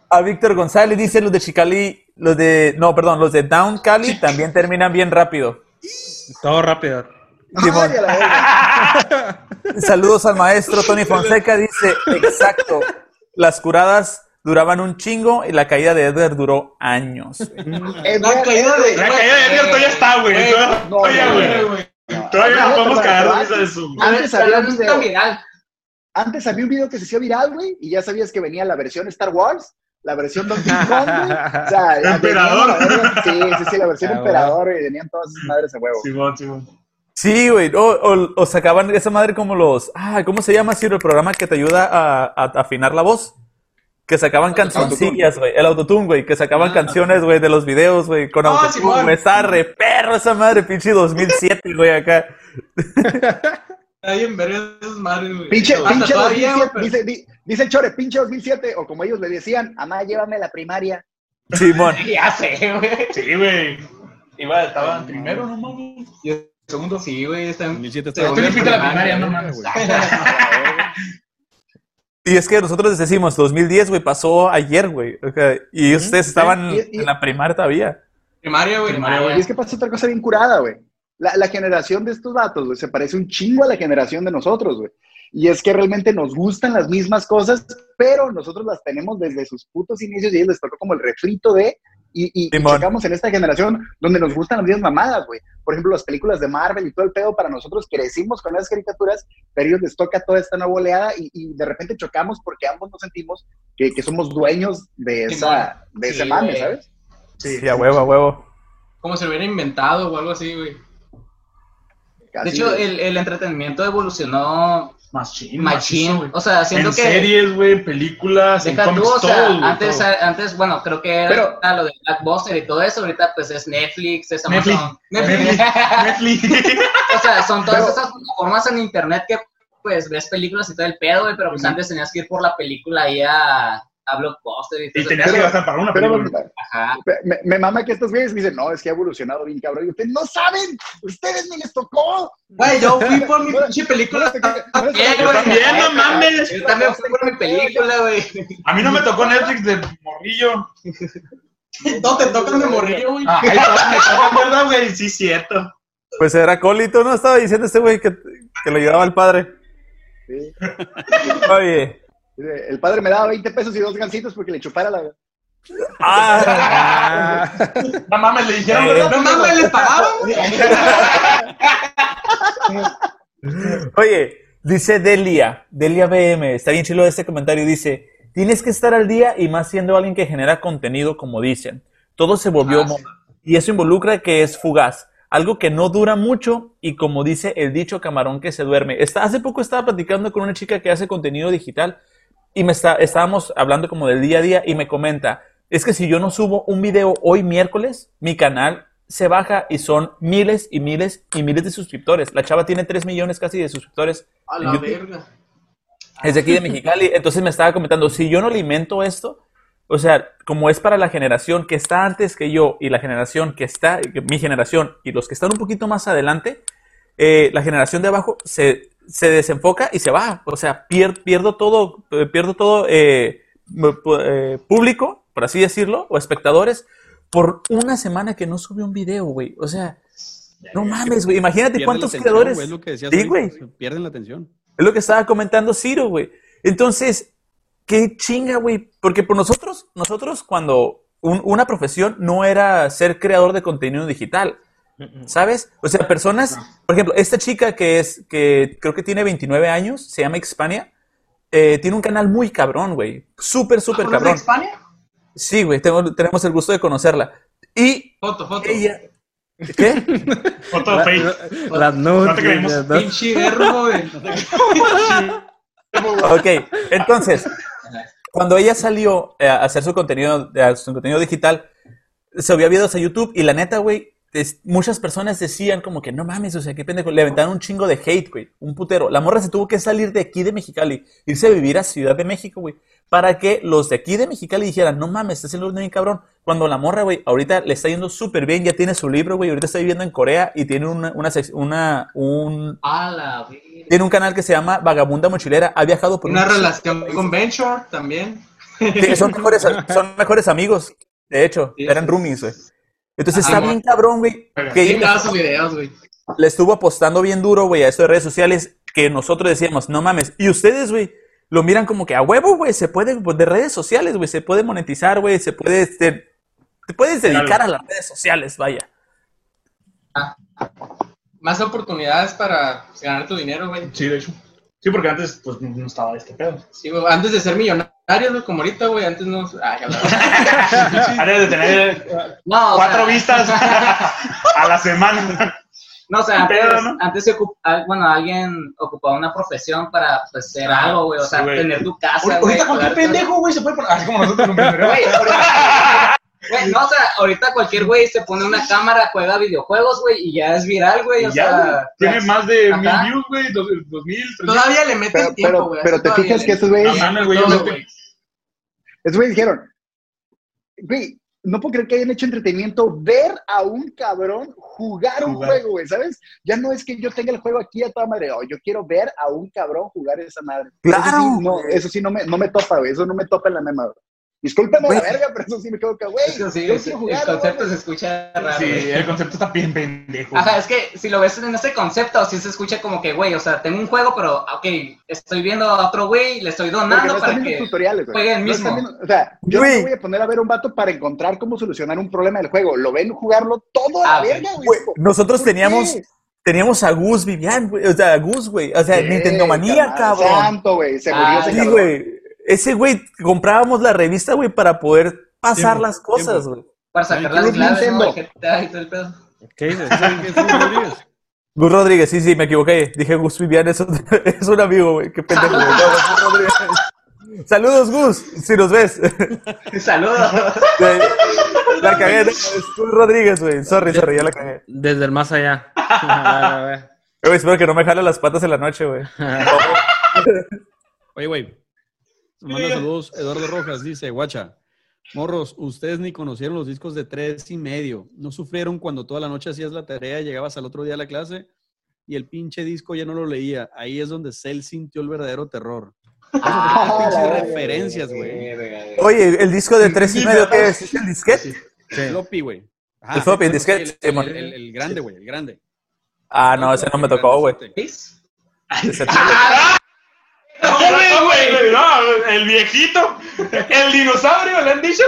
a Víctor González, dice los de Chicali, los de, no, perdón, los de Down Cali también terminan bien rápido.
Todo rápido.
Simón.
Ay, a la verga.
Saludos al maestro Tony Fonseca, dice, exacto, las curadas duraban un chingo y la caída de Edgar duró años.
Es
La
real,
caída de.
La caída de Edgar ya está, güey.
Güey,
no,
Todavía,
no,
güey.
güey.
Todavía
No,
nos podemos
no,
cagar
no,
de risa de eso.
Antes
Pero
había un
no está
video.
viral.
Antes había un video que se hacía viral, güey, y ya sabías que venía la versión Star Wars, la versión Donkey Kong, güey. O sea, ya
Emperador.
venían la verga- Sí, sí, sí, la versión
Ah,
emperador, güey. Venían todas esas madres a huevo.
Simón, Simón.
Sí, güey. O, o- o sacaban esa madre como los. Ah, ¿cómo se llama, Ciro? El programa que te ayuda a, a- a afinar la voz. Que sacaban cancioncillas, güey. El autotune, güey. Que sacaban
Ah,
canciones, güey, de los videos, güey. Con
Ah,
autotune,
Simón.
güey. Está re perro esa madre, pinche 2007, güey, acá.
Ahí en verga esas madres, güey.
Pinche,
Hasta
pinche
todavía,
2007,
güey,
dice, di- dice el Chore, pinche 2007, o como ellos le decían, amá, llévame a la primaria.
Simón.
pero- Ya sé, güey.
Sí, güey. Iba, estaba en primero, no mames.
Y el segundo sí, güey. Está en...
2007
Pero
Tú ni fuiste a la primaria, no
güey,
mames.
güey.
Y es que nosotros les decimos, 2010, güey, pasó ayer, güey. O sea, y ustedes estaban
Y- y-
en la primaria todavía.
Primaria, güey.
Primaria, güey.
Y es que pasa otra cosa bien curada, güey. La, la generación de estos vatos, güey, se parece un chingo a la generación de nosotros, güey. Y es que realmente nos gustan las mismas cosas, pero nosotros las tenemos desde sus putos inicios y a ellos les tocó como el refrito de... Y, y, y
Simón.
checamos en esta generación donde nos gustan las mismas mamadas, güey. Por ejemplo, las películas de Marvel y todo el pedo, para nosotros crecimos con esas caricaturas, pero a ellos les toca toda esta nueva oleada y, y de repente chocamos porque ambos nos sentimos que, que somos dueños de, esa, de ese
Sí,
mame,
güey.
¿sabes?
Sí, a huevo, a huevo.
Como si lo hubiera inventado o algo así, güey. De
Casi,
hecho,
güey.
el, el entretenimiento evolucionó
Machín. macizo,
machín.
güey.
O sea, siento
en
que...
series, güey, películas, en
Deja tú,
cómics,
o sea,
todo, güey,
antes,
todo.
antes, bueno, creo que era
Pero-
lo de Blackbuster y todo eso, ahorita pues es Netflix, es
Netflix,
Amazon.
Netflix, Netflix.
o sea, son todas
Pero-
esas plataformas en internet que pues ves películas y todo el pedo, güey, pero pues antes tenías que ir por la película ahí a, a Blockbuster y todo
Y
eso.
tenías que
Pero-
gastar para una
Pero,
película.
Ajá.
Me, me mama que estos güeyes me dicen, no, es que ha evolucionado bien cabrón. Y ustedes no saben, ustedes ni les tocó.
Güey, yo fui por mi
Bueno,
pinche película.
Yo
también,
Yo
güey.
también,
eh,
no mames.
Yo también fui por mi película, güey.
A mí no me tocó Netflix de morrillo.
No te tocan de morrillo, güey.
Ah, ahí está, me toca, ¿verdad, güey? Sí, cierto.
Pues era acólito, ¿no? Estaba diciendo este güey que, que le ayudaba al padre.
Sí.
Oye.
Dice, El padre me daba 20 pesos y dos gancitos porque le chupara la...
Ah,
Ah,
No mames, le dijeron,
Eh.
¿verdad?
No mames, les pagaron. güey.
oye, dice Delia, Delia BM, está bien chilo este comentario, dice, tienes que estar al día y más siendo alguien que genera contenido, como dicen. Todo se volvió
Ah, sí.
moda, y eso involucra que es fugaz, algo que no dura mucho y como dice el dicho camarón que se duerme. Está, hace poco estaba platicando con una chica que hace contenido digital y me está, estábamos hablando como del día a día y me comenta, es que si yo no subo un video hoy miércoles, mi canal se baja y son miles y miles y miles de suscriptores. La chava tiene 3 millones casi de suscriptores
A
en
la
YouTube.
verga.
es de aquí de Mexicali. Entonces me estaba comentando, si yo no alimento esto, o sea, como es para la generación que está antes que yo y la generación que está, que mi generación y los que están un poquito más adelante, eh, la generación de abajo se, se desenfoca y se va. O sea, pier- pierdo todo, eh, pierdo todo eh, m- pu- eh, público, por así decirlo, o espectadores, por una semana que no sube un video, güey. O sea, no mames, güey. Imagínate
Pierden
cuántos
la atención,
creadores.
güey, es lo que decías
Sí,
ahorita,
güey.
o sea, Pierden la atención.
Es lo que estaba comentando Ciro, güey. Entonces, qué chinga, güey. Porque por nosotros, nosotros cuando un- una profesión no era ser creador de contenido digital, ¿sabes? O sea, personas, por ejemplo, esta chica que es, que creo que tiene 29 años, se llama Expania, eh, tiene un canal muy cabrón, güey. Súper,
Ah,
súper
¿Conoces a
cabrón.
España?
Sí, güey, tengo- tenemos el gusto de conocerla. Y
Foto, foto.
ella... ¿Qué?
Foto de
la-
Facebook.
la- las nudes.
No te creemos.
las nudes.
Pinche verbo, güey.
Ok, entonces, cuando ella salió eh, a hacer su contenido, a su contenido digital, se había videos a YouTube y la neta, güey, es- muchas personas decían como que no mames, o sea, qué pendejo. Le aventaron un chingo de hate, güey, un putero. La morra se tuvo que salir de aquí de Mexicali, irse a vivir a Ciudad de México, güey, para que los de aquí de Mexicali dijeran, no mames, está haciendo bien cabrón. Cuando la morra, güey, ahorita le está yendo súper bien, ya tiene su libro, güey, ahorita está viviendo en Corea y tiene una, una, sec- una- un,
A la verga.
tiene un canal que se llama Vagabunda Mochilera. Ha viajado por
Una
un chingo de
relación
países.
con Venture también.
Sí, son mejores, son mejores amigos, de hecho,
Sí,
eran
sí.
roomies, güey. Entonces
Ah,
está
bueno.
bien cabrón, güey, que
Sí,
ella
miraba sus videos, güey.
le estuvo apostando bien duro, güey, a esto de redes sociales que nosotros decíamos, no mames, y ustedes, güey, lo miran como que a huevo, güey, se puede, pues, de redes sociales, güey, se puede monetizar, güey, se puede, este, te puedes dedicar a las redes sociales, vaya.
Más oportunidades para ganar tu dinero, güey.
Sí, de hecho. Sí, porque antes pues no estaba este pedo.
Sí, güey, antes de ser millonarios, güey, como ahorita, güey, antes no. Ay, a la-
Antes de tener eh,
No, o
cuatro
sea,
vistas a la semana.
No, o sea, antes,
Pero, ¿no?
antes se ocup- al- bueno, alguien ocupaba una profesión para pues, ser algo, güey. O sea,
Ah, sí, güey.
tener tu casa, güey.
Ahorita cualquier
poder-
pendejo, güey, se puede poner así como nosotros. con pendejo.
Güey, ahorita- güey, no, o sea, ahorita cualquier güey se pone una cámara, juega videojuegos, güey, y ya es viral, güey. O
Y ya, güey,
sea,
tiene más de
Ajá.
mil views, güey, dos, dos mil, tres mil.
Todavía le meten
Pero,
tiempo,
pero,
güey.
pero
así
te
todavía
fijas
le-
que estos güeyes
No mames, güey, yo
Todo,
no-
güey.
Esos güeyes dijeron, güey, no puedo creer que hayan hecho entretenimiento ver a un cabrón jugar un
Jugar.
juego, güey, ¿sabes? Ya no es que yo tenga el juego aquí a toda madre, o yo quiero ver a un cabrón jugar esa madre.
Claro.
Eso sí, no, eso sí no me, no me topa, güey, eso no me topa en la mema, güey. Discúlpame
Güey.
la verga, pero eso sí me quedo que, güey,
es que sí,
yo
es-
quiero
el
jugar,
concepto
¿no?
se escucha raro.
Sí,
güey.
el concepto está bien pendejo.
Ajá, es que si lo ves en ese concepto, sí se escucha como que, güey, o sea, tengo un juego, pero, ok, estoy viendo a otro güey, le estoy
Porque
donando
no
para
están viendo
que...
tutoriales, güey.
juegue el
No están
mismo.
viendo- o sea, yo no
Güey.
me voy a poner a ver a un vato para encontrar cómo solucionar un problema del juego. Lo ven jugarlo todo a
Ah,
la verga,
Güey,
güey.
nosotros
¿Por qué?
teníamos, teníamos a Gus Vivian, güey. O sea, a Gus, güey. O sea,
Eh,
Nintendo Manía,
carnal,
cabrón.
Santo, güey. Se murió
Ah,
ese
Sí,
cabrón.
güey. Ese güey, comprábamos la revista, güey, para poder pasar
Tiempo,
las cosas, güey.
Para sacar
Ay,
las
Club
claves, ¿no?
Nintendo.
El GTA y todo el pedo.
¿Qué dices?
¿Qué es eso, Rodríguez?
Gus Rodríguez, sí, sí, me equivoqué. Dije Gus Vivian, es un, es un amigo, güey. Qué pendejo, güey. No, Gus Rodríguez. Saludos, Gus, si nos ves.
Saludos.
Güey, la cagué, no, es Gus Rodríguez, güey. Sorry, sorry, ya la cagué.
Desde el más allá. A ver, a ver.
Güey, espero que no me jale las patas en la noche, güey.
Oye, güey. Manda saludos. Eduardo Rojas dice, guacha. Morros, ustedes ni conocieron los discos de tres y medio. ¿No sufrieron cuando toda la noche hacías la tarea, llegabas al otro día a la clase y el pinche disco ya no lo leía? Ahí es donde Cell sintió el verdadero terror.
Ah, la
Pinches
verga.
referencias, güey.
Oye, el disco de tres y
Sí,
medio, ¿qué
¿verdad?
es? ¿Es el disquete?
Sí.
Floppy, güey. Ajá,
El floppy, el disquete,
El,
Simón.
el- el- el grande, güey, el grande.
Ah, no, ese no me tocó, güey.
¿Ves?
Ese-
No, no, güey, no, el viejito, el dinosaurio, le han dicho.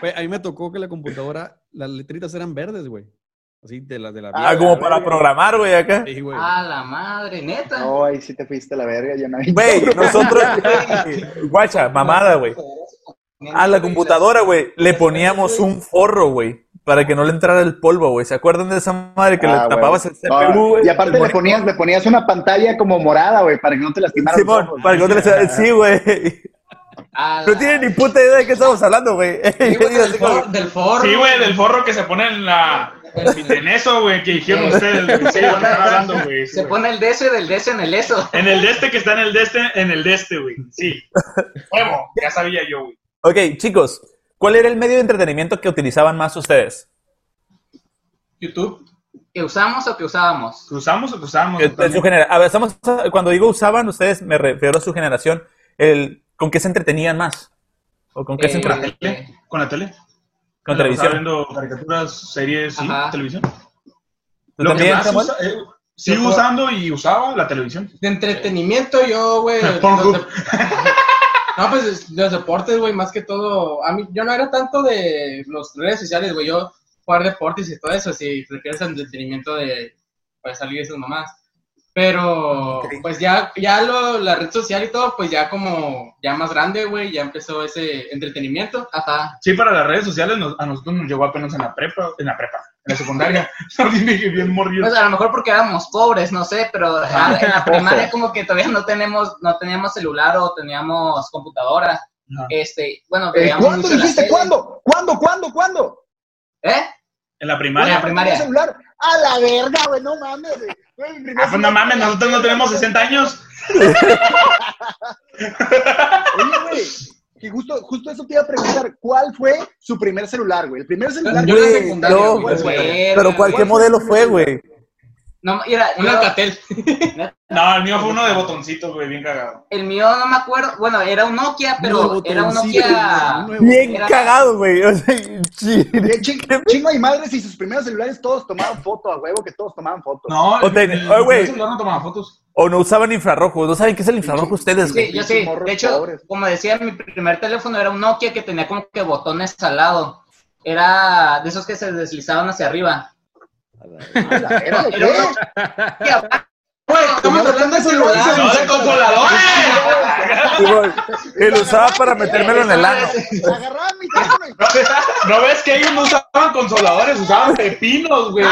Güey, A mí me tocó que la computadora, las letritas eran verdes, güey. Así de las de la
Ah,
vieja,
como
güey.
para programar, güey, acá.
Sí, güey.
A la madre, neta.
No, ahí sí te fuiste a la verga, ya no hay-
Güey, nosotros, guacha, mamada, güey. A la computadora, güey, le poníamos un forro, güey, para que no le entrara el polvo, güey. ¿Se acuerdan de esa madre que
Ah,
le tapabas
güey.
el CPU,
Ah,
güey?
Y aparte
El
le
monitor.
ponías, le ponías una pantalla como morada, güey, para que no te lastimaran los
Simón,
ojos.
para que no te le- Sí, güey.
A
No
la-
tiene ni puta idea de qué estamos hablando, güey.
Sí,
Yo
güey,
digo así
Del
como-
for- del forro.
Sí, güey, del forro que se pone en la. En eso, güey, que dijeron ustedes. güey, sí, lo que están hablando, güey. sí,
Se
güey.
pone el DS del DS en el eso.
En el de este que está en el de este, en el de este, güey. Sí. Huevo, ya sabía yo, güey.
Ok, chicos, ¿cuál era el medio de entretenimiento que utilizaban más ustedes?
YouTube.
¿Que usamos o que usábamos?
¿Cruzamos o cruzamos?
Que- de su genera- a ver, estamos, cuando digo usaban ustedes, me refiero a su generación, el, ¿con qué se entretenían más? ¿O con qué se
Eh,
¿Con
entretenían?
la tele? ¿Con la tele?
Con
Cuando estaba
televisión.
viendo caricaturas, series, sí,
Ajá.
televisión.
¿Tú
Lo que
también,
más
Samuel?
usa- eh, sigo usando y usaba la televisión.
De entretenimiento, yo, güey. los
Pornhub.
dep- No, pues es- los deportes, güey, más que todo. A mí, yo no era tanto de los redes sociales, güey. Yo jugar deportes y todo eso, si prefieres entretenimiento de pues, salir de esas mamás. Pero, pues ya, ya lo, la red social y todo, pues ya como, ya más grande, güey, ya empezó ese entretenimiento.
Ajá.
Sí, para las redes sociales nos- a nosotros nos llegó apenas en la prepa, en la prepa, en la secundaria. Bien- bien morrido.
Pues a lo mejor porque éramos pobres, no sé, pero ah, en la primaria como que todavía no tenemos, no teníamos celular o teníamos computadora.
Ajá.
Este, bueno,
Eh,
veíamos
¿Cuándo
mucho la
dijiste?
tele.
¿Cuándo? ¿Cuándo? ¿Cuándo? ¿Cuándo?
¿Eh?
En la
En la
primaria.
¿Cuándo
primaria.
celular? A la verga, güey, no mames, güey. Güey, mi primer
Ah, pues no mames, nosotros no tenemos 60 años.
Oye, güey, que justo, justo eso te iba a preguntar. ¿Cuál fue su primer celular, güey? El primer celular.
Yo en la
Güey,
secundaria,
no,
güey,
güey.
güey.
Pero ¿cuál, qué modelo fue, güey?
No, mira,
Un
yo-
alcatel.
No, el mío fue uno de botoncitos, güey, bien cagado.
el mío no me acuerdo, bueno, era un Nokia, pero
Nuevo
era un
botoncito,
Ah,
Nokia.
güey, nuevo.
Bien
Era-
cagado, güey. O sea, sí.
Qué ching- chingo y madres y sus primeros celulares todos tomaban foto, a huevo que todos tomaban foto.
No,
O ten-
el-
oye,
el
oh, güey.
primer celular no tomaba fotos.
O no usaban infrarrojos. ¿No saben qué es el infrarrojo ustedes,
Sí,
güey?
yo sí.
Morros
De hecho,
pobres.
como decía, mi primer teléfono era un Nokia que tenía como que botones al lado. Era de esos que se deslizaban hacia arriba.
A la verga,
Era
¿qué?
un Nokia
Güey, estamos hablando de celulares.
¡No de consoladores!
Y, voy, y lo usaba para metérmelo en el ano.
Agarraba mi teléfono y-
¿No, no ves que ellos no usaban consoladores, usaban pepinos, güey?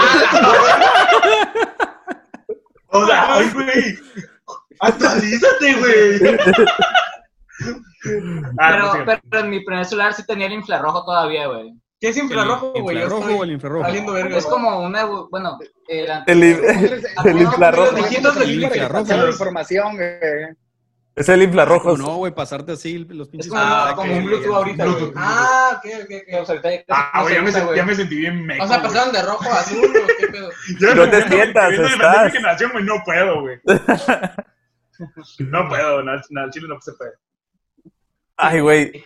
o sea, ay, güey. Actualízate, güey. Ah, no,
Pero,
sí.
pero en mi primer celular sí tenía el infrarrojo todavía, güey.
¿Qué es infrarrojo, güey? Yo
¿Infrarrojo o el
estoy
infrarrojo?
Valiendo verga.
Es como una, bueno, el ante-
El, in- el infrarrojo.
Los viejitos del
Para que
infrarrojo.
pasara la información, güey.
Es el infrarrojo.
¿Cómo no, güey, pasarte así los
Es
pinches.
como,
Ah,
como
ok,
un Bluetooth
ya.
ahorita, güey.
Bluetooth.
Ah, ok, ok, ok.
O sea, ahorita-
Ah,
no
güey,
se
ya, me
usa,
sen-
güey.
ya me sentí bien meco.
O sea, pasaron de rojo a azul, güey, ¿Qué pedo?
Yo
No te sientas,
sientas,
estás.
generación, güey, no puedo, güey. No puedo, na- na- al Chile no se puede.
Ay, güey.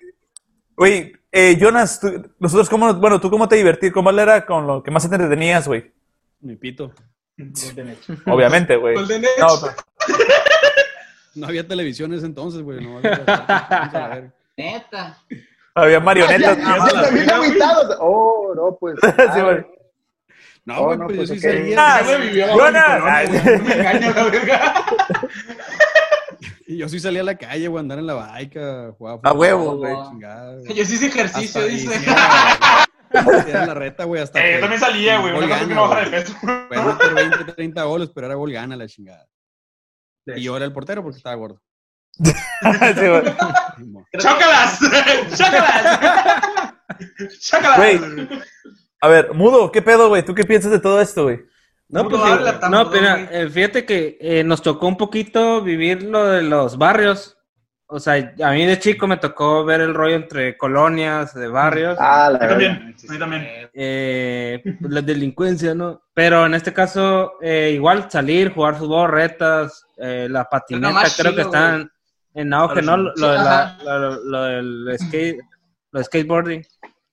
Güey, eh, Jonas, tú- nosotros cómo, nos- bueno, tú cómo te divertí, cómo le era con lo que más te entretenías, güey.
Mi pito.
Obviamente, güey.
Golden Age.
No, pero-
No había televisión en ese entonces, güey. No había televisión, vamos a ver.
Neta.
había marionetas.
Ya, ya,
güey.
Yo también agüitados. Oh, no, pues.
Sí, güey.
No,
Oh,
güey,
no,
pues yo
pues,
sí
ok.
salía.
Ah,
Ya me vivió la
Jonas.
Colonia, güey, no me engañes, la verga.
Y yo sí salía a la calle, güey, a andar en la baica, jugaba
A
fútbol,
huevo, güey.
chingada, güey.
Yo sí hice ejercicio,
Hasta
dice.
ahí, sí, era la reta, güey, hasta.
Eh,
que-
yo también salía, güey. Una
Gol
cosa que
gana,
no baja de
güey.
peso.
Puedes meter 20, 30 goles, pero era gol gana la chingada. Y yo era el portero porque estaba gordo.
Sí, güey.
¡Chócalas! ¡Chócalas! ¡Chócalas!
Güey. A ver, Mudo, ¿qué pedo, güey? ¿Tú qué piensas de todo esto, güey?
No,
No
pues,
habla
eh,
tan
no,
duro,
pero
güey.
eh, fíjate que eh, nos tocó un poquito vivir lo de los barrios. O sea, a mí de chico me tocó ver el rollo entre colonias, de barrios,
Ah, la
Yo
verdad.
también, yo también.
eh, la delincuencia, ¿no? Pero en este caso, eh, igual salir, jugar fútbol, retas, eh, la patineta,
más
creo que
chido,
están en auge, ¿no? Lo, de la,
Ajá.
lo- lo del skate, lo de skateboarding.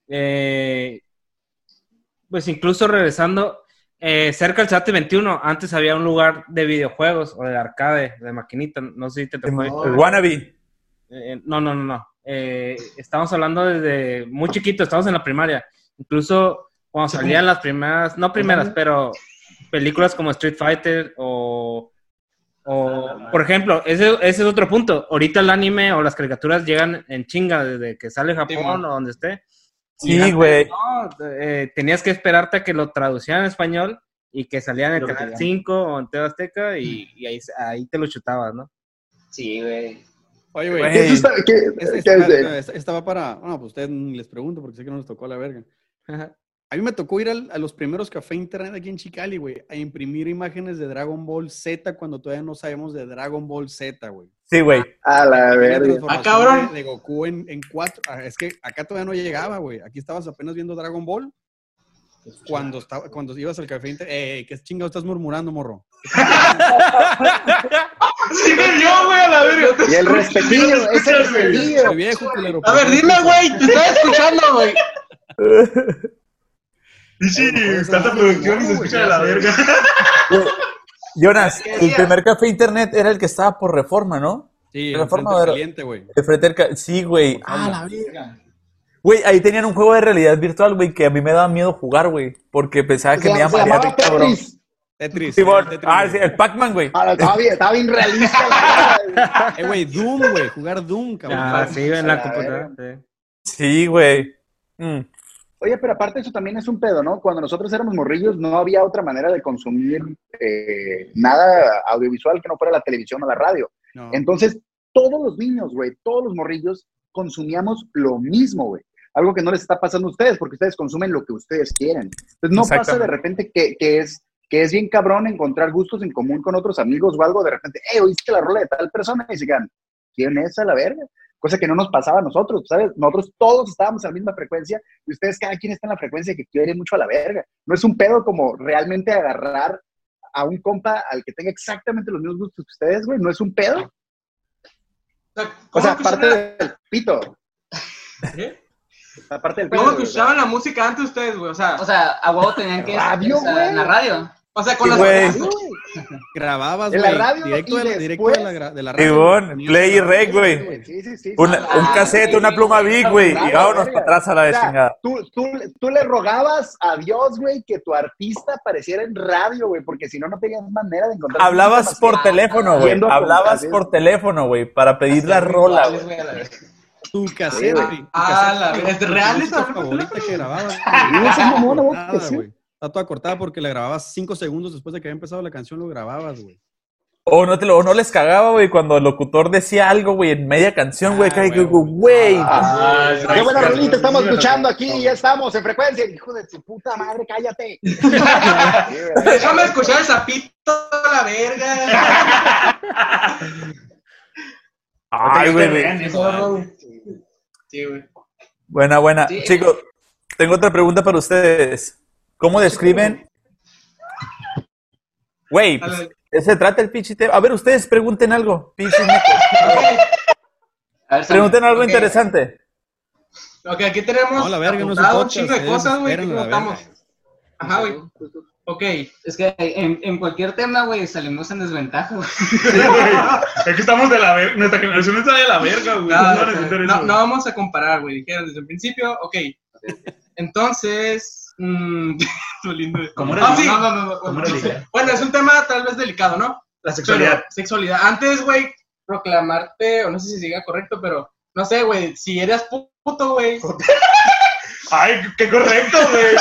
Eh, pues incluso regresando, eh, cerca del Sate 21, antes había un lugar de videojuegos o de arcade, de maquinita, no sé si te tocó.
El wannabe.
Eh, no, no, no, no. Eh, estamos hablando desde muy chiquito, estamos en la primaria. Incluso cuando salían las primeras, no primeras, pero películas como Street Fighter o... o, por ejemplo, ese, ese es otro punto. Ahorita el anime o las caricaturas llegan en chinga desde que sale Japón
Simón.
o donde esté. Y
Sí,
antes,
güey.
No, eh, tenías que esperarte a que lo traducían en español y que salían en
Lo que
Canal
te
5 o en TV Azteca y, y ahí, ahí te lo chutabas, ¿no?
Sí, güey.
Oye,
Güey.
güey.
Eso está- ¿Qué
Esta,
Este
qué
esta-
es de-
eh,
esta- esta- esta va para. Bueno, pues ustedes ni les pregunto porque sé que no nos tocó la verga. A mí me tocó ir al- a los primeros café internet aquí en Chicali, güey, a imprimir imágenes de Dragon Ball Z cuando todavía no sabemos de Dragon Ball Z, güey.
Sí, güey.
Ah, la
La
verga.
transformación
Ah, cabrón.
De, de Goku en, en cuatro. ah, Es que acá todavía no llegaba, güey. Aquí estabas apenas viendo Dragon Ball.
Pues,
Cuando, estaba, cuando ibas al café internet. ¡Ey, qué chingado estás murmurando, morro!
¡Sí me vio, güey, a la verga!
Y el respetillo,
No te
es el
escuchas, güey.
respetillo.
Soy viejo, culero,
A
por
ver,
favor.
dime, güey. Te estaba escuchando, güey.
Y sí, tanta producción y se escucha de la verga.
Güey, Jonas,
¿Qué
el
decías?
primer café internet era el que estaba por reforma, ¿no?
Sí,
de
en
forma
Frente
ver-
caliente, güey.
El frente al ca- Sí, güey. Ah, la verga. Güey, ahí tenían un juego de realidad virtual, güey, que a mí me daba miedo jugar, güey. Porque pensaba que
Se-
me iba a
se
marear
llamaba
bien cabrón.
Tetris.
Tetris.
Simón.
Tetris,
Ah,
güey.
sí, el Pac-Man, güey.
Ah, Estaba bien, estaba bien realista. la verga.
Eh, güey, Doom, güey. Jugar Doom, cabrón.
Ah, sí, en
A
la
la
computadora. sí.
Sí, güey. Mm.
Oye, pero aparte eso también es un pedo, ¿no? Cuando nosotros éramos morrillos no había otra manera de consumir eh, nada audiovisual que no fuera la televisión o la radio.
No.
Entonces, todos los niños, güey, todos los morrillos consumíamos lo mismo, güey. Algo que no les está pasando a ustedes, porque ustedes consumen lo que ustedes quieren. Entonces, no pasa de
Exactamente.
repente que, que es, que es bien cabrón encontrar gustos en común con otros amigos o algo. De repente, hey, oíste la rola de tal persona y se quedan, ¿quién es a la verga? Cosa que no nos pasaba a nosotros, ¿sabes? Nosotros todos estábamos en la misma frecuencia y ustedes cada quien está en la frecuencia que quiere mucho a la verga. No es un pedo como realmente agarrar a un compa al que tenga exactamente los mismos gustos que ustedes, güey. No es un pedo. O sea, aparte del pito.
¿Qué?
Aparte del pito.
¿Cómo
güey.
escuchaban la música antes ustedes, güey? O sea,
O sea, a huevo tenían que
Radio,
o sea,
güey.
en la radio.
O sea, con
Sí,
las
güey.
mamás, ¿no?
Grababas,
En la
güey,
radio
directo,
y
de la, directo
después-
de, la, gra- de la
Simón,
radio.
play y rec, güey.
Sí, sí, sí.
Una-
Ah,
un cassette,
sí,
una pluma big, güey. Y
claro,
vámonos
verga.
para atrás a la
O
de
sea,
chingada.
tú, tú, tú le rogabas a Dios, güey, que tu artista apareciera en radio, güey, porque si no, no tenías manera de encontrar.
Hablabas por teléfono, güey.
Yendo a
Hablabas
comprar,
por teléfono, güey, para pedir la rola, güey.
a la vez.
Tu cassette,
Ah,
güey. Tu
ah,
cassette,
la
güey,
vez,
tu
¿real
música
esa?
favorita que grababas.
no seas mamón, no voy a
Cortada,
decir.
güey. Está toda cortada porque la grababas cinco segundos después de que había empezado la canción, lo grababas, güey.
O no, te lo, o no les cagaba, güey, cuando el locutor decía algo, güey, en media canción, güey,
Ah,
acá, y
güey,
que, güey.
Ah,
Qué buena
sí,
rolita,
sí,
estamos
sí,
escuchando
sí.
aquí, ya estamos en frecuencia. Hijo de su puta madre, cállate. Sí, güey.
Déjame escuchar el sapito a la verga.
ah.
Ay, güey. güey.
Bien, eso, Rodo.
Sí, güey.
Buena, buena.
Sí.
Chicos, tengo otra pregunta para ustedes. ¿Cómo describen? Güey, pues, se trata el pinche tema. A ver, ustedes pregunten algo. pinches nacos.
A ver, Sam,
Pregunten algo
Ok.
interesante.
Ok, aquí tenemos
No, la verga, no es un
apuntado un
podcast,
chingo de
ustedes
cosas, güey, que
espérenlo, la verga.
contamos. Ajá, güey. Ok.
Es que en, en cualquier tema, güey, salimos en desventaja, güey.
Es que estamos de la verga. Nuestra generación está de la verga, güey.
Nada,
Ah, No,
o sea,
necesitan eso,
no,
güey.
no vamos a comparar, güey. Dijeron desde el principio, ok. Entonces. Mmm, lindo.
¿Cómo era
Ah,
la-
sí. No, no, no, no.
¿Cómo
bueno,
era la idea?
bueno, es un tema tal vez delicado, ¿no?
La
Pero,
sexualidad.
sexualidad. Antes, güey, proclamarte, o no sé si siga correcto, pero no sé, güey, si eras puto, güey.
Ay, qué correcto, güey.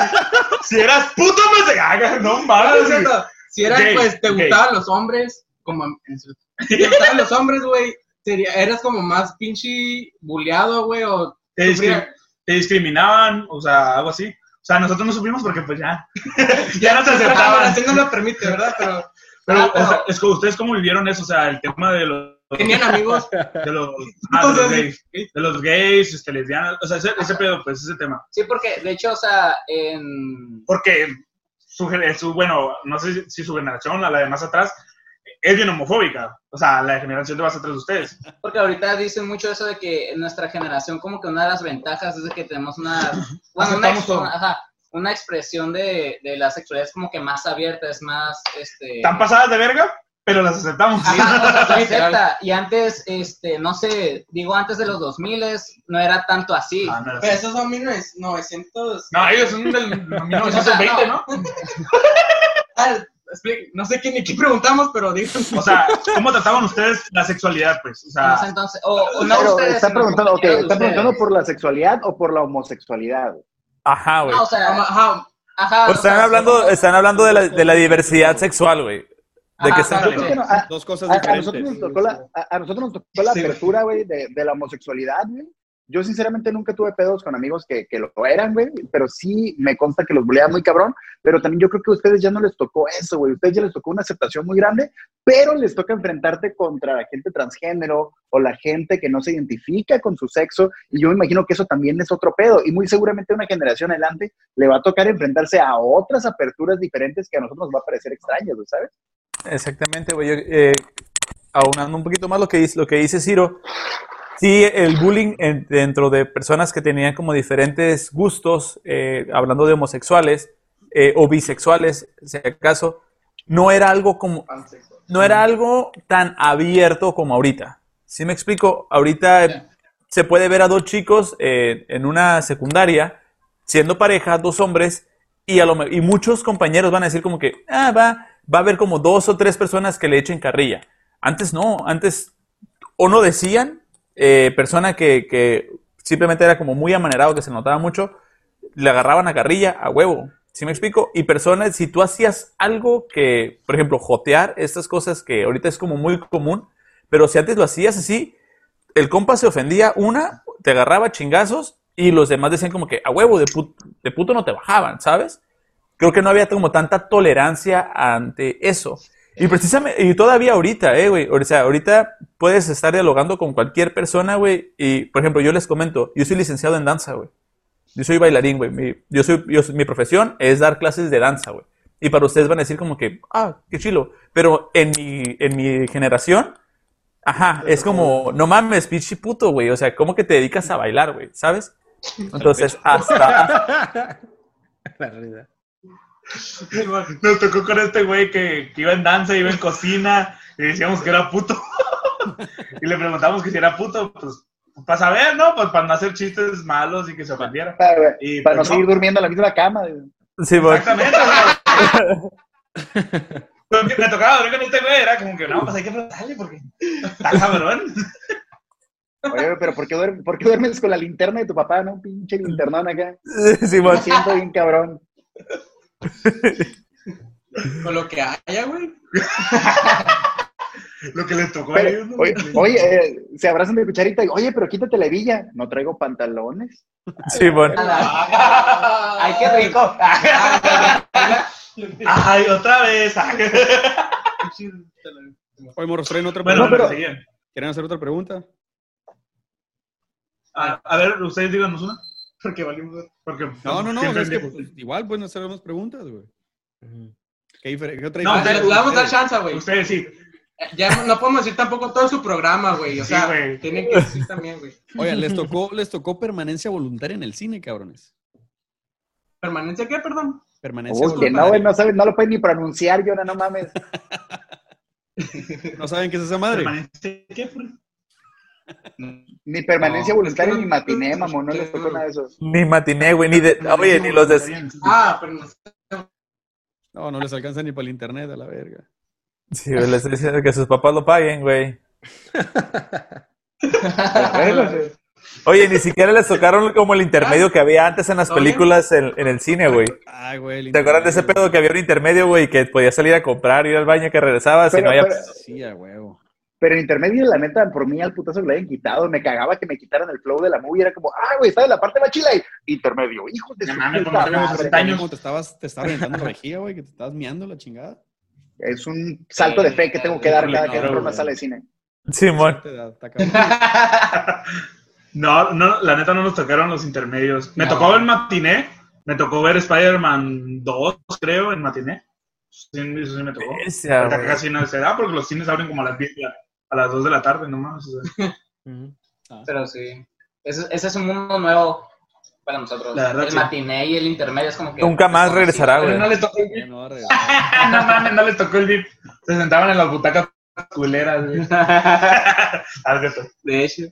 si eras puto, me se caga. No
Ah,
mames.
es
güey.
cierto. Si eras,
Gay,
pues, te
gay.
gustaban los hombres, como en su- te gustaban los hombres, güey, sería- eras como más pinche buleado, güey, o
Te, discrim-
sufría-
te discriminaban, o sea, algo así. O sea, nosotros no supimos porque, pues ya. ya no te
la
aceptaban.
generación no lo permite, ¿verdad? Pero
Pero,
Ah,
o sea,
pero-
es que ustedes cómo vivieron eso, o sea, el tema de los.
tenían amigos.
De los, ah, de los
Entonces,
gays, de los gays, este, lesbianas, o sea, ese, ese pedo, pues, ese tema.
Sí, porque, de hecho, o sea, en...
Porque su, gener- su- bueno, no sé si- si su generación, la, la de más atrás, es bien homofóbica. O sea, la generación de más atrás de ustedes.
Porque ahorita dicen mucho eso de que en nuestra generación como que una de las ventajas es de que tenemos una... Bueno, una,
Aceptamos
ex-
todo.
ajá, una expresión de, de la sexualidad es como que más abierta, es más, este...
Están pasadas de verga, pero las aceptamos.
Ajá, o sea, se
Literal.
acepta. Y antes, este, no sé, digo, antes de los 2000 no era tanto así.
Ah, no,
Pero esos son 1900.
No, ellos son del
O
1920,
sea,
¿no?
Ah, explique- no sé quién ni qué preguntamos, pero digo.
O sea, ¿cómo trataban ustedes la sexualidad, pues? O
En ese
sea,
entonces, o, o no
Pero
ustedes,
está
sino
preguntando, ok, está
compañeros de ustedes.
preguntando por la sexualidad o por la homosexualidad. güey?
Ajá, güey.
No, Ah, o sea,
Ajá,
ajá, o
pues. Están
sea,
hablando,
somos-
están hablando de la, de la diversidad sexual, güey. De
Ajá,
que están
Yo creo que no, ah, a-
Dos cosas
A, a nosotros
diferentes.
nos tocó la, a, a nosotros nos tocó la
Sí, güey.
apertura, güey, de, de la homosexualidad, güey. Yo sinceramente nunca tuve pedos con amigos que, que lo eran, güey, pero sí me consta que los buleaban muy cabrón, pero también yo creo que a ustedes ya no les tocó eso, güey. A ustedes ya les tocó una aceptación muy grande, pero les toca enfrentarte contra la gente transgénero o la gente que no se identifica con su sexo, y yo me imagino que eso también es otro pedo, y muy seguramente una generación adelante le va a tocar enfrentarse a otras aperturas diferentes que a nosotros nos va a parecer extrañas, güey, ¿sabes?
Exactamente, güey. Yo, eh, aunando un poquito más lo que dice, lo que dice Ciro, sí, el bullying en- dentro de personas que tenían como diferentes gustos, eh, hablando de homosexuales eh, o bisexuales, si acaso, no era algo como, no era algo tan abierto como ahorita. ¿Sí me explico? Ahorita eh, se puede ver a dos chicos eh, en una secundaria siendo pareja, dos hombres, y, a lo, me- y muchos compañeros van a decir como que, ah, va, va a haber como dos o tres personas que le echen carrilla. Antes no, antes o no decían, eh, persona que, que simplemente era como muy amanerado, que se notaba mucho, le agarraban a carrilla a huevo. ¿Sí me explico? Y personas, si tú hacías algo que, por ejemplo, jotear, estas cosas que ahorita es como muy común, pero si antes lo hacías así, el compa se ofendía una, te agarraba a chingazos y los demás decían como que a huevo, de, put- de puto no te bajaban, ¿sabes? Creo que no había como tanta tolerancia ante eso. Y precisamente, y todavía ahorita, eh, güey, o sea, ahorita puedes estar dialogando con cualquier persona, güey, y, por ejemplo, yo les comento, yo soy licenciado en danza, güey. Yo soy bailarín, güey. Mi, yo soy, yo- mi profesión es dar clases de danza, güey. Y para ustedes van a decir como que, ah, qué chilo. Pero en mi, en mi generación, ajá, es como, no mames, pinche puto, güey. O sea, ¿cómo que te dedicas a bailar, güey? ¿Sabes? Entonces, hasta,
La realidad.
Nos tocó con este güey que, que iba en danza, iba en cocina, y decíamos que era puto. y le preguntamos que si era puto, pues, para saber, ¿no? Pues para no hacer chistes malos y que se ofendiera.
Para,
Y,
para no
pues, no.
seguir durmiendo en la misma cama. güey.
Sí, bueno.
Exactamente, güey. Pero que Me tocaba dormir con este güey, era como que no, pues hay que preguntarle porque está cabrón.
Oye, pero ¿por qué, duerm- por qué duermes con la linterna de tu papá, no? Pinche linternón acá.
Sí,
Me
bueno.
siento bien cabrón.
Con lo que haya, güey.
Lo que les tocó a
Pero,
ellos, ¿no?
oye, oye, eh, se abrazan de cucharita y, oye, pero quítate la hebilla. No traigo pantalones.
Sí, bueno.
A la- Ay, qué rico.
Ay, otra vez. ay.
Oye, morros, traen otra
Bueno,
pregunta.
pero...
pero-
seguían.
¿Quieren hacer otra pregunta?
A, a ver, ustedes díganos una. Porque valimos. Porque
No, no, no. o sea,
siempre
es que
digo-
pues, igual, pues, no hacemos preguntas, güey. ¿Qué, difer- qué otra
No,
No,
diferencia
le
ustedes-
le vamos a dar
ustedes?
chance, güey.
Ustedes sí.
Ya no podemos decir tampoco todo su programa, güey. O
Sí,
sea,
güey.
tienen que decir también, güey.
Oigan, les tocó, les tocó permanencia voluntaria en el cine, cabrones.
¿Permanencia qué, perdón?
Permanencia
Oye, no, güey,
voluntaria.
no, sabes, no lo puedes ni pronunciar, Jonah, no mames.
no. saben qué es esa madre.
Permanente, ¿qué, pues?
Ni permanencia
No,
voluntaria
es que
ni
no-
matiné, mamón. No les
Claro.
tocó nada de eso.
Ni matiné, güey, ni de... Oye, ni los de...
Ah, pero no sé.
No, no les alcanza ni para el internet, a la verga.
Sí, güey, les estoy diciendo que sus papás lo paguen, güey.
Arréglense.
Oye, ni siquiera les tocaron como el intermedio que había antes en las
¿Todo bien?
películas en, en el cine, güey.
Ay, güey. el
¿Te acuerdas de ese
internet,
pedo que había un intermedio, güey, que podías salir a comprar, ir al baño, que regresabas y
Pero-
no había...
pero-
güey? Sí, a huevo.
Pero en intermedio, la neta, por mí al putazo que le habían quitado, me cagaba que me quitaran el flow de la movie. Era como, ah, güey, está en la parte más chila. y Intermedio, hijo de
Ya
su
mames,
puta
cuando tenemos
madre.
30 años.
Como te estabas, te estaba reventando la vejiga, güey, que te estabas miando la chingada.
Es un salto de fe que tengo que dar cada que entro a una sala de cine.
Simón.
Te da- está cabrón.
No, no, la neta no nos tocaron los intermedios. Me
No.
tocó el matiné. Me tocó ver Spider-Man 2, creo, en matiné. Sí, eso sí me tocó.
Bestia,
Ahorita
güey.
casi no se da porque los cines abren como a las 10 de la- a las 2 de la tarde, no mames, o sea,
Pero sí. Ese, ese es un mundo nuevo para nosotros.
La verdad,
el
sí.
matiné y el intermedio es como que.
Nunca más regresará,
Pero
güey.
no les tocó el
Ya
VIP.
no va a regresar.
No mames, no les tocó el VIP. Se sentaban en las butacas culeras, güey. Ah, es cierto.
De hecho.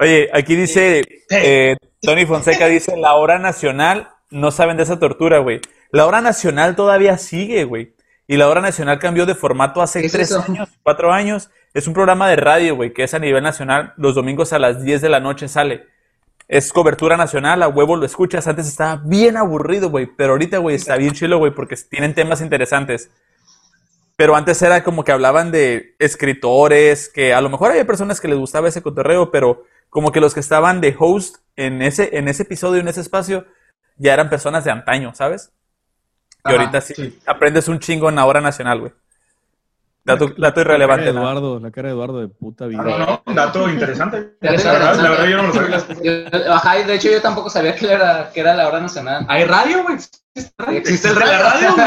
Oye, aquí dice, eh, Tony Fonseca dice, la hora nacional, no saben de esa tortura, güey. La hora nacional todavía sigue, güey. Y la hora nacional cambió de formato hace
¿Qué es
tres
eso?
años, cuatro años. Es un programa de radio, güey, que es a nivel nacional. Los domingos a las 10 de la noche sale. Es cobertura nacional, a huevo lo escuchas. Antes estaba bien aburrido, güey. Pero ahorita, güey, está bien chilo, güey, porque tienen temas interesantes. Pero antes era como que hablaban de escritores, que a lo mejor había personas que les gustaba ese cotorreo, pero como que los que estaban de host en ese, en ese episodio, en ese espacio, ya eran personas de antaño, ¿sabes? Y
Ajá,
ahorita sí, aprendes un chingo en la hora nacional, güey. Dato, dato
La cara de
irrelevante, ¿no?
Eduardo, la cara de Eduardo de puta vida.
Ah, no, no, un dato interesante.
Ya
La
te
verdad,
regresaste.
la verdad yo no lo sabía.
Yo- ajá, y de hecho yo tampoco sabía que era, que era la hora nacional.
¿Hay radio, güey?
¿Existe el de la radio, güey?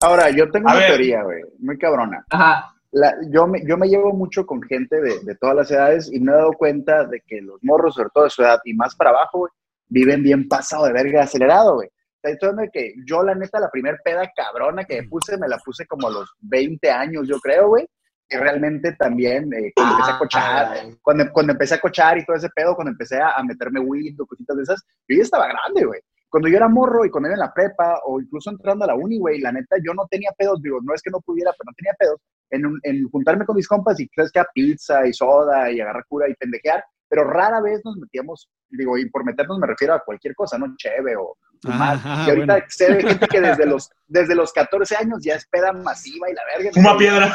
Ahora, yo tengo
A
una
ver.
teoría, güey, muy cabrona.
Ajá.
La- yo, me, yo me llevo mucho con gente de, de todas las edades y me he dado cuenta de que los morros, sobre todo de su edad y más para abajo, güey, viven bien pasado de verga acelerado, güey. O sea, estoy hablando de que yo, la neta, la primer peda cabrona
Mm.
que me puse, me la puse como a los 20 años, yo creo, güey. Y realmente también eh,
Ah,
cuando empecé a cochar, cuando, cuando empecé a cochar y todo ese pedo, cuando empecé a, a meterme weed o cositas de esas, yo ya estaba grande, güey. Cuando yo era morro y cuando iba en la prepa o incluso entrando a la uni, güey, la neta, yo no tenía pedos, digo, no es que no pudiera, pero no tenía pedos en, un- en juntarme con mis compas y crees que a pizza y soda y agarrar cura y pendejear, pero rara vez nos metíamos, digo, y por meternos me refiero a cualquier cosa, ¿no? Cheve o fumar.
Ah,
y ahorita
bueno.
se ve gente que desde los, desde los 14 años ya es peda masiva y la verga.
Fuma piedra.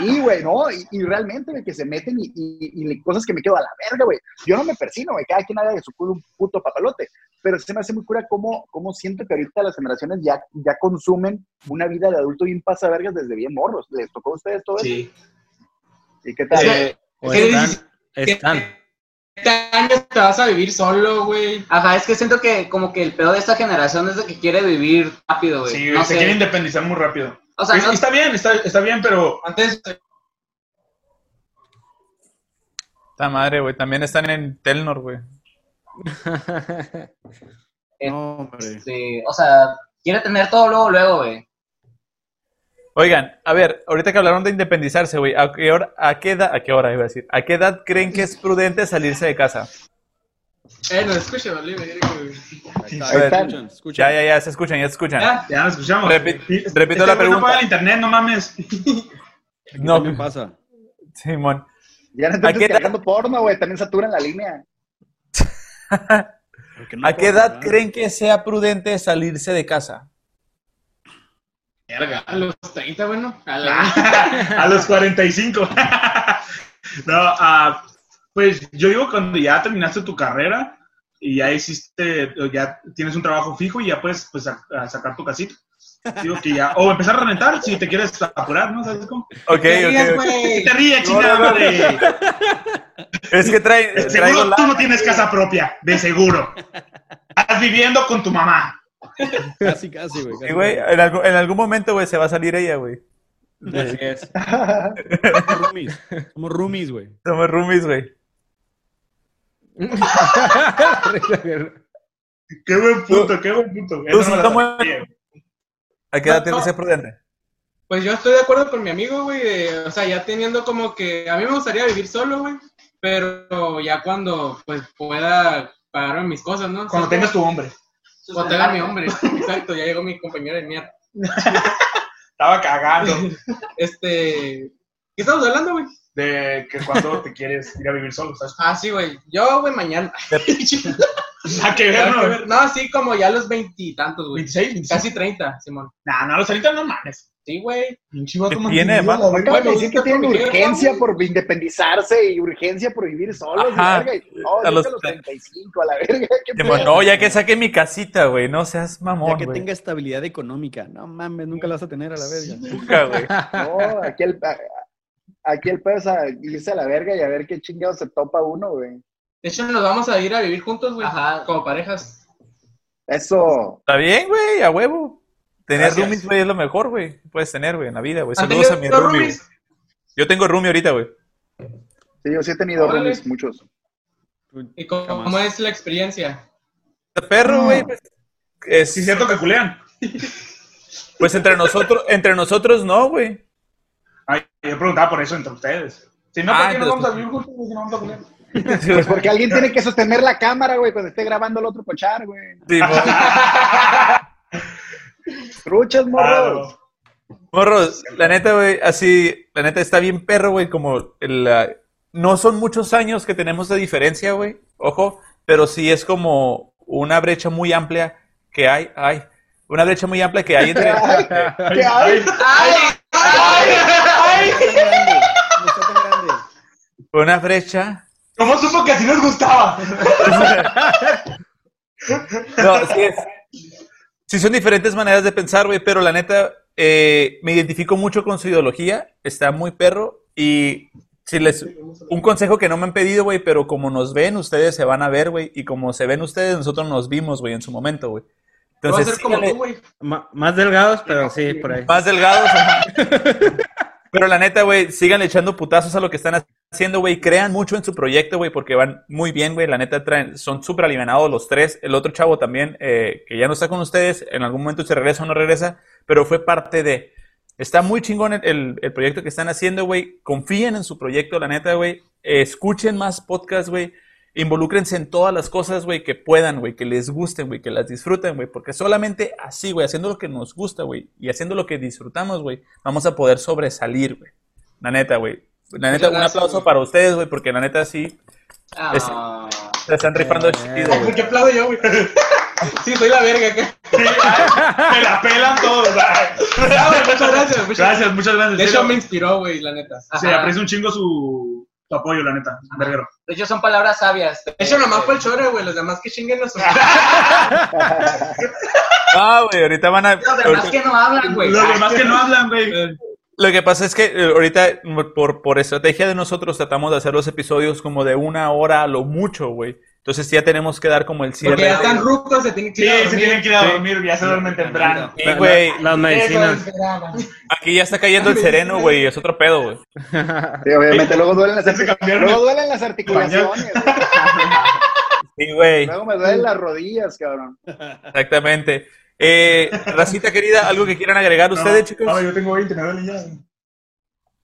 Sí, güey, no, y, y realmente, güey, que se meten y, y- y le- cosas que me quedo a la verga, güey. Yo no me persino, güey, cada quien haga de su culo un puto papalote, pero se me hace muy cura cómo, cómo siento que ahorita las generaciones ya, ya consumen una vida de adulto bien pasa vergas desde bien morros. ¿Les tocó a ustedes todo eso?
Sí.
¿Y qué
Es
tal?
que,
O
¿Qué
están,
dices?
están.
¿qué años te vas a vivir solo, güey?
Ajá, es que siento que como que el peor de esta generación es de que quiere vivir rápido, güey.
Sí,
Pues, no
güey, se
sé.
quiere independizar muy rápido.
O sea,
Es-
no-
Está bien, está, está bien, pero
Antes,
Esta madre, güey. También están en Telnor, güey.
No, hombre.
sí, o sea, Quiere tener todo luego, luego, güey.
Oigan, a ver, ahorita que hablaron de independizarse, güey, ¿a qué hora, a qué edad, a qué hora iba a decir? ¿A qué edad creen que es prudente salirse de casa?
Eh, nos escucha, vale, verga, güey.
Ahí
A ver,
está, escuchan, escuchan.
Ya, ya, ya, se escuchan, ya se escuchan.
Ya,
Ya lo escuchamos.
Repi-
Y- este
repito la
güey
pregunta.
No paga el internet, no mames.
Aquí
No.
también pasa?
Simón.
Ya no
¿A qué
estás
edad?
cargando porno, güey. También saturan la línea.
Porque no
¿A qué
puedo
edad
hablar.
creen que sea prudente salirse de casa?
Verga, a los 30, bueno. A
Ah,
la...
a los 45. no, ah, pues yo digo cuando ya terminaste tu carrera y ya hiciste, ya tienes un trabajo fijo y ya puedes pues, a- a sacar tu casita. Digo que ya, o empezar a rentar si te quieres apurar, ¿no? ¿Sabes cómo?
Ok, ok.
¿Qué digas,
ok.
güey?
Te ríes,
No, no,
chingada
no.
madre.
Es que trae,
De
traigo
Seguro tú
la...
no tienes casa propia, de seguro. Estás viviendo con tu mamá.
Casi, casi, güey.
Sí,
casi,
güey,
casi.
en, algu- en algún momento, güey, se va a salir ella, güey.
Así es.
Somos roomies. Somos roomies, güey.
Somos roomies, güey.
Qué buen punto, qué buen punto.
Tú
Esa
sí
me la
tomas-
sabía.
¿A qué edad
No,
tiene que
no.
ser prudente?
Pues yo estoy de acuerdo con mi amigo, güey. de- O sea, ya teniendo como que. A mí me gustaría vivir solo, güey. Pero ya cuando pues pueda pagarme mis cosas, ¿no?
Cuando tengas tu hombre.
Cuando tenga mi hombre. Exacto, ya llegó mi compañero de mierda.
Estaba cagando
Este. ¿Qué estamos hablando, güey?
de que cuando te quieres ir a vivir solo, ¿sabes?
Ah, sí, güey. Yo, güey, mañana.
A que ver,
Nada que
¿no?
ver. no, sí, como ya a los veintitantos, güey.
26, 27.
Casi treinta, Simón.
Nah, no, los ahorita no mames.
Sí, güey.
Pinche vato
¿Qué
más
tiene,
vivido,
ma?
la verga.
Acabas de
Bueno,
decir que
ahorita
tienen
por vivir,
urgencia
¿no?
por independizarse y urgencia por vivir solos. y
Ajá.
verga, y- no,
A
yo que a
los-
los, 35, a la verga. qué
Simón,
pedo.
No, ya que saque mi casita, güey. No seas
Ya
mamón,
que
güey.
tenga estabilidad económica. No mames, nunca la vas a tener a la verga.
Nunca, güey.
No, aquí el, a- aquí el pedo es a irse a la verga y a ver qué chingados se topa uno, güey.
De hecho, nos vamos a ir a vivir juntos, güey.
Ajá.
Como parejas.
Eso.
Está bien, güey, a huevo. Tener
Gracias.
roomies, güey, es lo mejor, güey. que Puedes tener, güey, en la vida, güey.
¿Han
Saludos a
tenido
mi
dos
roomie.
roomies?
güey. Yo tengo roomie ahorita, güey.
Sí, yo sí he tenido
Órale.
roomies, muchos.
¿Y cómo,
Jamás.
cómo es la experiencia?
Está Perro, güey. Pues, es-
Sí, es cierto que culean.
pues entre nosotros, entre nosotros no, güey.
Ay, yo preguntaba por eso entre ustedes. Si no,
Ah,
¿por qué
entre
no vamos a vivir juntos? güey, Si no vamos a culear.
Pues porque alguien tiene que sostener la cámara, güey, cuando esté grabando el otro cochar, güey.
Simón.
Truchas, morros.
Claro.
Morros, la neta, güey, así, la neta está bien perro, güey, como el, la- no son muchos años que tenemos de diferencia, güey, ojo, pero sí es como una brecha muy amplia que hay, hay, una brecha muy amplia que hay entre...
¿Qué hay?
No está tan grande. No está tan grande.
una brecha...
¿Cómo supo que así nos gustaba?
No, sí es... Sí son diferentes maneras de pensar, güey, pero la neta, eh, me identifico mucho con su ideología, está muy perro y si les... Un consejo que no me han pedido, güey, pero como nos ven, ustedes se van a ver, güey, y como se ven ustedes, nosotros nos vimos, güey, en su momento, güey.
Vamos a
Entonces,
ser como
síganle-
tú, güey.
Ma- más delgados, pero sí, por ahí.
más delgados. ajá. Pero la neta, güey, sigan echando putazos a lo que están haciendo, güey. Crean mucho en su proyecto, güey, porque van muy bien, güey. La neta, traen, son súper alivianados los tres. El otro chavo también, eh, que ya no está con ustedes, en algún momento se regresa o no regresa, pero fue parte de... Está muy chingón el, el- el proyecto que están haciendo, güey. Confíen en su proyecto, la neta, güey. Escuchen más podcasts, güey. Involúcrense en todas las cosas, güey, que puedan, güey, que les gusten, güey, que las disfruten, güey, porque solamente así, güey, haciendo lo que nos gusta, güey, y haciendo lo que disfrutamos, güey, vamos a poder sobresalir, güey. La neta, güey. La neta,
Muchas
un
gracias,
aplauso
güey.
para ustedes, güey, porque la neta sí,
Ah,
se están rifando chido,
¿Por
güey.
qué aplaudo yo, güey? Sí, soy la verga. ¿qué?
Sí, ay, Me la pelan todos. ay.
Ah, güey, muchas gracias. muchas-
Gracias, muchas gracias.
De
Sí,
hecho,
lo-
me inspiró, güey, la neta.
Se
Ajá.
aprecia un chingo su, su apoyo, la neta. Verguero.
de hecho, son palabras sabias.
De hecho, nomás fue el chore, güey. Los demás que chinguen los
Ah, güey, ahorita van a...
Los demás que no hablan, güey.
Los demás que no hablan, güey.
Eh,
Lo que pasa es que eh, ahorita, mm, por, por estrategia de nosotros, tratamos de hacer los episodios como de una hora a lo mucho, güey. Entonces ya tenemos que dar como el cierre.
Porque ya
de-
están rucos, se tienen que
Sí,
ir a
se
dormir.
tienen que ir a dormir, ya se duermen temprano.
Sí,
La- la-
güey.
las medicinas.
Aquí ya está cayendo el sereno, güey, y es otro pedo, güey.
Sí, obviamente, luego duelen las,
Ya se
artic-
cambiaron.
luego duelen las articulaciones. güey.
Sí, güey,
Luego me duelen las rodillas, cabrón.
exactamente. Eh, racita querida, ¿algo que quieran agregar ustedes,
no,
chicos?
no, yo tengo 20, me duele ya.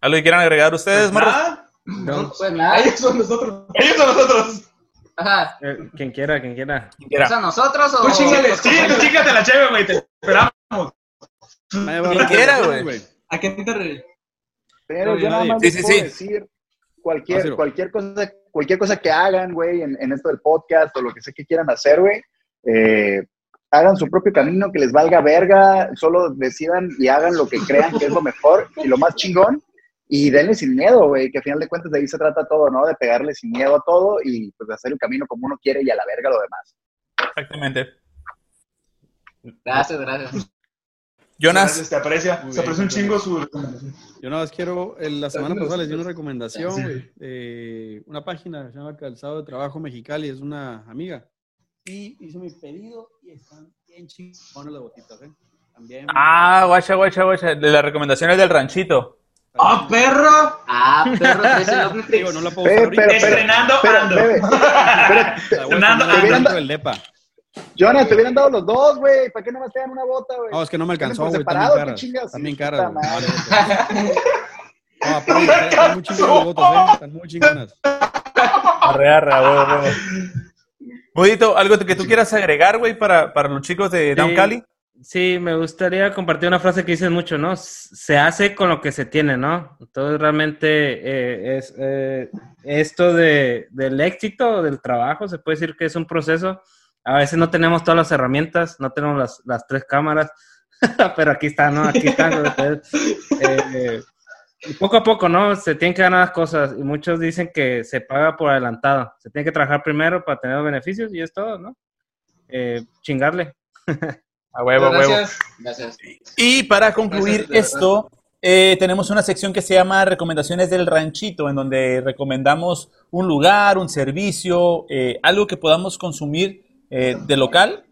¿Algo que quieran agregar
Pues
ustedes, morros?
Nada,
No, pues
Ah,
nada.
ellos son nosotros.
ellos son nosotros.
Ajá.
Eh, Quien quiera, quien quiera.
pues
¿O sea, nosotros o...?
Tú chingale,
Sí, tú chíngate la chévere, güey, te esperamos.
Quien quiera, güey.
¿A quién te re-
No,
Pero
yo
yo nada
nadie.
más
Sí,
les
sí,
puedo
sí.
decir
No,
cualquier,
Ciro.
cualquier, cosa, cualquier cosa que hagan, güey, en, en esto del podcast o lo que sea que quieran hacer, güey, eh, hagan su propio camino, que les valga verga, solo decidan y hagan lo que crean que es lo mejor y lo más chingón y denle sin miedo, güey, que al final de cuentas de ahí se trata todo, ¿no? De pegarle sin miedo a todo y pues de hacer el camino como uno quiere y a la verga lo demás.
Exactamente.
Gracias, gracias.
Jonas,
Te aprecia,
Muy
se
bien,
aprecia un
muchas
chingo su.
Yo nada más quiero, eh, la semana pasada les di una recomendación,
Sí.
güey, de una página que se llama Calzado de Trabajo Mexicali, es una amiga. Y hice mi pedido y están bien chingones las botitas, ¿eh? También.
ah, guacha, guacha, guacha, de las recomendaciones del ranchito.
¡Ah, perro!
Ah, perro, tres el
Digo,
Omnitrix.
no la puedo usar
Pero,
ahorita.
eh, pero, pero,
Estrenando
pero,
Ando.
bebé, pero,
La voy a
Fernando,
poner
Fernando.
dentro del depa.
Jonas, te hubieran dado los dos, güey, ¿para qué nomás te dan una bota, güey?
No, es que no me alcanzó,
Por
güey. Están
separado,
bien
qué
caras.
chingas.
Están bien
Puta
caras, güey.
madre.
Vale, güey. No, aparte, están muy chingonas las botas, ¿eh? Están muy chingonas.
Arre, arre, a huevo, a huevo. Mudito, algo que tú quieras agregar, güey, para, para los chicos de Down
Sí.
Cali.
Sí, me gustaría compartir una frase que dicen mucho, ¿no? S- Se hace con lo que se tiene, ¿no? Entonces, realmente, eh, es, eh, esto de, del éxito, del trabajo, se puede decir que es un proceso. A veces no tenemos todas las herramientas, no tenemos las, las tres cámaras, pero aquí está, ¿no? Aquí están. güey, ustedes. Eh, y poco a poco, ¿no? Se tienen que ganar las cosas. Y muchos dicen que se paga por adelantado. Se tiene que trabajar primero para tener los beneficios y es todo, ¿no? Eh, chingarle.
A huevo, a huevo.
Gracias.
Gracias.
Y para concluir
Gracias, de
esto, eh, tenemos una sección que se llama Recomendaciones del Ranchito, en donde recomendamos un lugar, un servicio, eh, algo que podamos consumir eh, de local,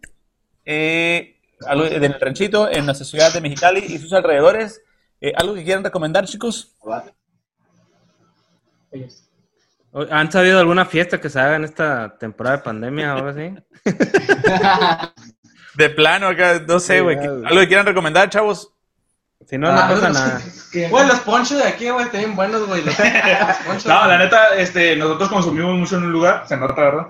eh, algo del ranchito en nuestra ciudad de Mexicali y sus alrededores. Eh, ¿Algo que quieran recomendar, chicos?
O- ¿Han sabido alguna fiesta que se haga en esta temporada de pandemia o algo así?
De plano, acá, no sé, güey.
Sí,
¿qué-
güey.
¿Algo que quieran recomendar, chavos?
Si no, no
Ah,
pasa
no,
nada.
Güey, los ponches de aquí, güey, están bien buenos, güey. Los, los ponchos.
No, la neta, este, nosotros consumimos mucho en un lugar, se nota, ¿verdad?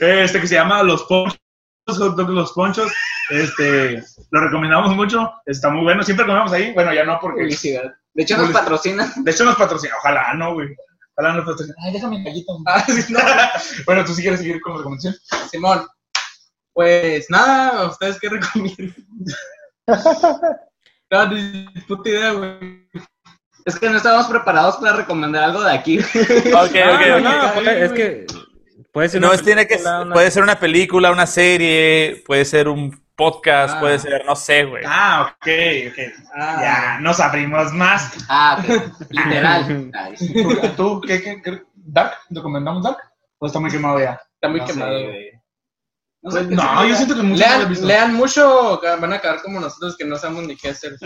este que se llama Los Ponchos, hot dog Los Ponchos, este, lo recomendamos mucho, está muy bueno, siempre comemos ahí, bueno, ya no porque, de
Publicidad. De hecho, nos patrocinan.
hecho nos patrocina, ojalá no, güey, ojalá nos patrocina.
Ay, déjame callito. Ah, sí, no.
Bueno, tú sí quieres seguir con la recomendación.
Simón. Pues nada, ¿a ¿ustedes qué recomiendan? no, ni puta idea, güey.
Es que no estábamos preparados para recomendar algo de aquí.
Ok, ok,
No,
ok.
Eh, no,
Ah, ok.
puede- es que puede ser
No,
una
es- tiene que,
película, una-
puede ser una película, una serie, puede ser un podcast,
Ah.
puede ser, no sé, güey.
Ah, ok, ok.
Ah,
Ya, nos abrimos más.
Ah, ok. literal. Ay, sí.
¿Tú, tú qué, qué, qué- Dark? ¿Recomendamos Dark? ¿O está muy quemado ya?
está muy
No sé,
quemado, güey.
güey.
No,
Pues
sé qué
no,
se
yo
diga.
siento que muchos no lo han
lean,
visto.
lean mucho, van a acabar como nosotros que no sabemos ni qué hacer.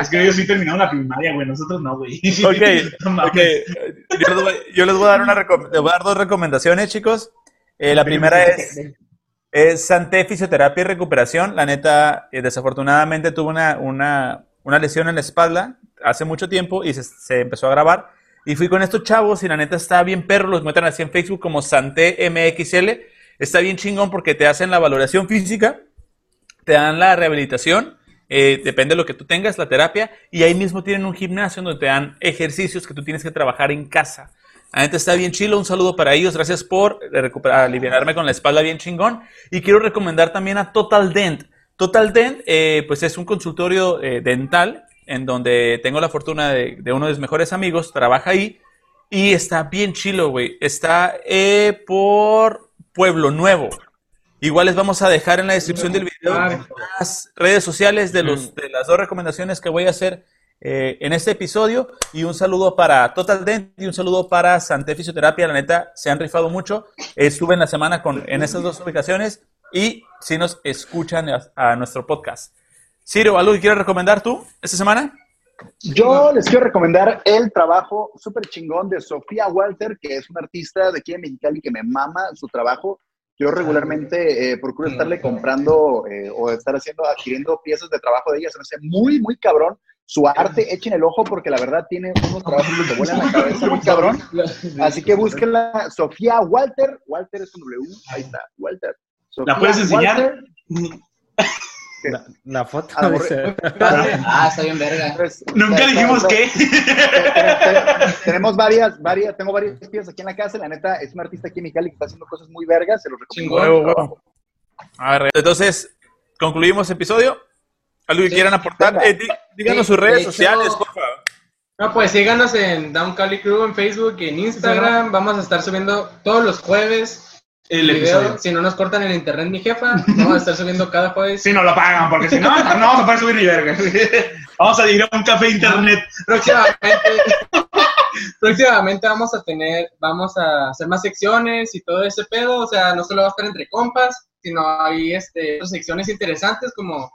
Es que ellos sí terminaron la primaria, güey, nosotros no, güey.
Ok,
No mames.
ok. Yo les voy, yo les voy a dar una recom- les voy a dar dos recomendaciones, chicos. Eh, la primera es, es Santé Fisioterapia y Recuperación. La neta, eh, desafortunadamente tuvo una, una, una lesión en la espalda hace mucho tiempo y se, se empezó a grabar. Y fui con estos chavos y la neta está bien perro. Los encuentran así en Facebook como Santé MXL. Está bien chingón porque te hacen la valoración física te dan la rehabilitación, eh, depende de lo que tú tengas, la terapia, y ahí mismo tienen un gimnasio donde te dan ejercicios que tú tienes que trabajar en casa. La neta está bien chilo, un saludo para ellos, gracias por eh, recuperar, aliviarme con la espalda bien chingón. Y quiero recomendar también a Total Dent. Total Dent, eh, pues es un consultorio eh, dental en donde tengo la fortuna de, de uno de mis mejores amigos, trabaja ahí y está bien chilo, güey. Está eh, por Pueblo Nuevo. Igual les vamos a dejar en la descripción del video las redes sociales de, los, de las dos recomendaciones que voy a hacer eh, en este episodio. Y un saludo para Total Dent y un saludo para Santé Fisioterapia. La neta, se han rifado mucho. Eh, suben la semana con, en esas dos ubicaciones y si nos escuchan a, a nuestro podcast. Ciro, ¿algo que quieras recomendar tú esta semana?
Yo les quiero recomendar el trabajo súper chingón de Sofía Walter, que es una artista de aquí de Mexicali que me mama su trabajo. Yo
Ah,
regularmente eh,
mm.
procuro estarle comprando eh, o estar haciendo, adquiriendo piezas de trabajo de ella. Se me hace muy, muy cabrón. Su
Mm.
arte, echen el ojo porque la verdad tiene unos trabajos que te vuelan la cabeza muy cabrón.
Ah,
Así que búsquenla, Sofía Walter. Walter es un W. Ahí está, Walter. Sofía
puedes enseñar?
Walter.
La, la foto
Ah,
dice,
Ah, está bien verga.
Pues,
Nunca
está-
dijimos
está-
que.
Este, Tenemos varias, varias, tengo varias piezas aquí en la casa. La neta, es un artista aquí en Mexicali que está haciendo cosas muy vergas. Se los recomiendo.
Chingón.
Huevo, huevo. Arre. Entonces, concluimos episodio. Algo que
Sí.
quieran aportar,
Venga.
Eh, di- díganos
Sí,
sus redes
de hecho-
sociales, por favor.
No, pues síganos en Down Cali Crew en Facebook y en Instagram. Vamos a estar subiendo todos los jueves
El
video.
episodio.
Si no nos cortan el internet, mi jefa, vamos a estar subiendo cada jueves.
Si no lo pagan, porque si no, no vamos a poder subir ni verga. Vamos a ir a un café internet.
Próximamente, próximamente vamos a tener, vamos a hacer más secciones y todo ese pedo. O sea, no solo va a estar entre compas, sino hay este, otras secciones interesantes como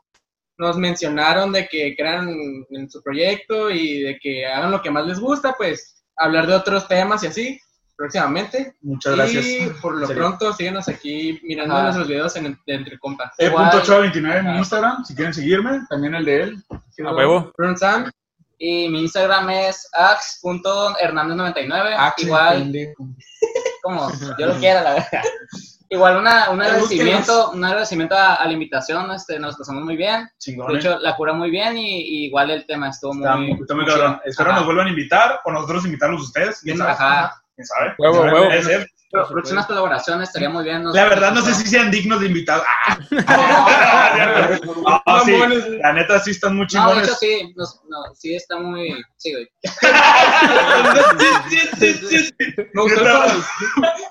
nos mencionaron de que crean en su proyecto y de que hagan lo que más les gusta, pues hablar de otros temas y así próximamente.
Muchas gracias.
Y por lo
En serio.
pronto, síguenos aquí mirando
Ah.
Ajá.
nuestros videos en, de Entre Compas.
Eh,
Igual.
punto 829 en mi Instagram, si quieren seguirme, también el de él.
A huevo.
Ron Sam,
Y mi Instagram es ax.hernández99. Igual, como yo lo quiera, la verdad. Igual una, un
Búsquenos.
agradecimiento, un agradecimiento a, a la invitación, este, nos pasamos muy bien.
Chingón.
De
eh.
hecho, la cura muy bien y, y igual el tema estuvo
Está
muy...
muy, está muy
muy
cabrón.
chido.
Espero
Ajá.
nos vuelvan a invitar o nosotros invitarlos a ustedes. ¿Quién sabe?
Ajá.
¿Quién sabe?
Huevo,
¿Quién sabe?
huevo.
Puede ser.
Pro- Próximas colaboraciones estaría muy bien. nos-
La verdad, no sé
nos-
si sean dignos de invitados. Ah, Ah, sí. La neta, sí están muy
No, de hecho
chingones.
sí, nos- no, sí está muy... Sí, güey.
Sí, sí, sí, sí.
me gustó, el,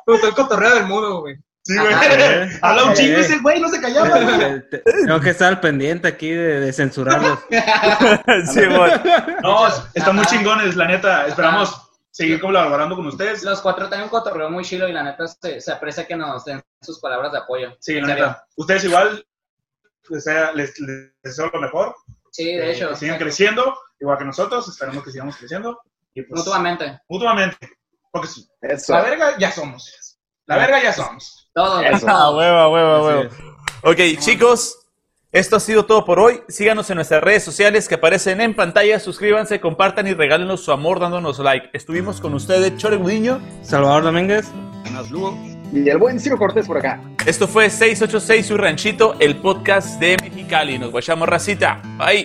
me gustó el cotorreo del mudo, güey.
Sí, güey.
Ajá.
Habla un chingo
Eh.
ese güey, no se callaba. güey.
te- te- tengo que estar al pendiente aquí de, de censurarlos.
Sí, bueno.
No, están muy
Ajá.
chingones, la neta. Esperamos seguir colaborando con ustedes.
Los cuatro tienen un cotorreo muy chido y la neta se, se aprecia que nos den sus palabras de apoyo.
Sí,
En
la
serio.
neta. Ustedes igual o sea, les, les deseo lo mejor.
Sí, de
Eh,
hecho.
que sigan creciendo, igual que nosotros. Esperamos que sigamos creciendo. Y pues,
Mutuamente.
mutuamente. Porque sí,
Eso.
La verga ya somos. La verga ya somos.
Todo. güey.
Eso.
Ah, huevo, huevo,
Así
huevo. Ok, chicos, esto ha sido todo por hoy. Síganos en nuestras redes sociales que aparecen en pantalla. Suscríbanse, compartan y regálenos su amor dándonos like. Estuvimos con ustedes, Chore Gudiño.
Salvador Domínguez.
Más luego.
Y el buen Ciro Cortés por acá.
Esto fue 686 Su Ranchito, el podcast de Mexicali. Nos guachamos, racita. Bye.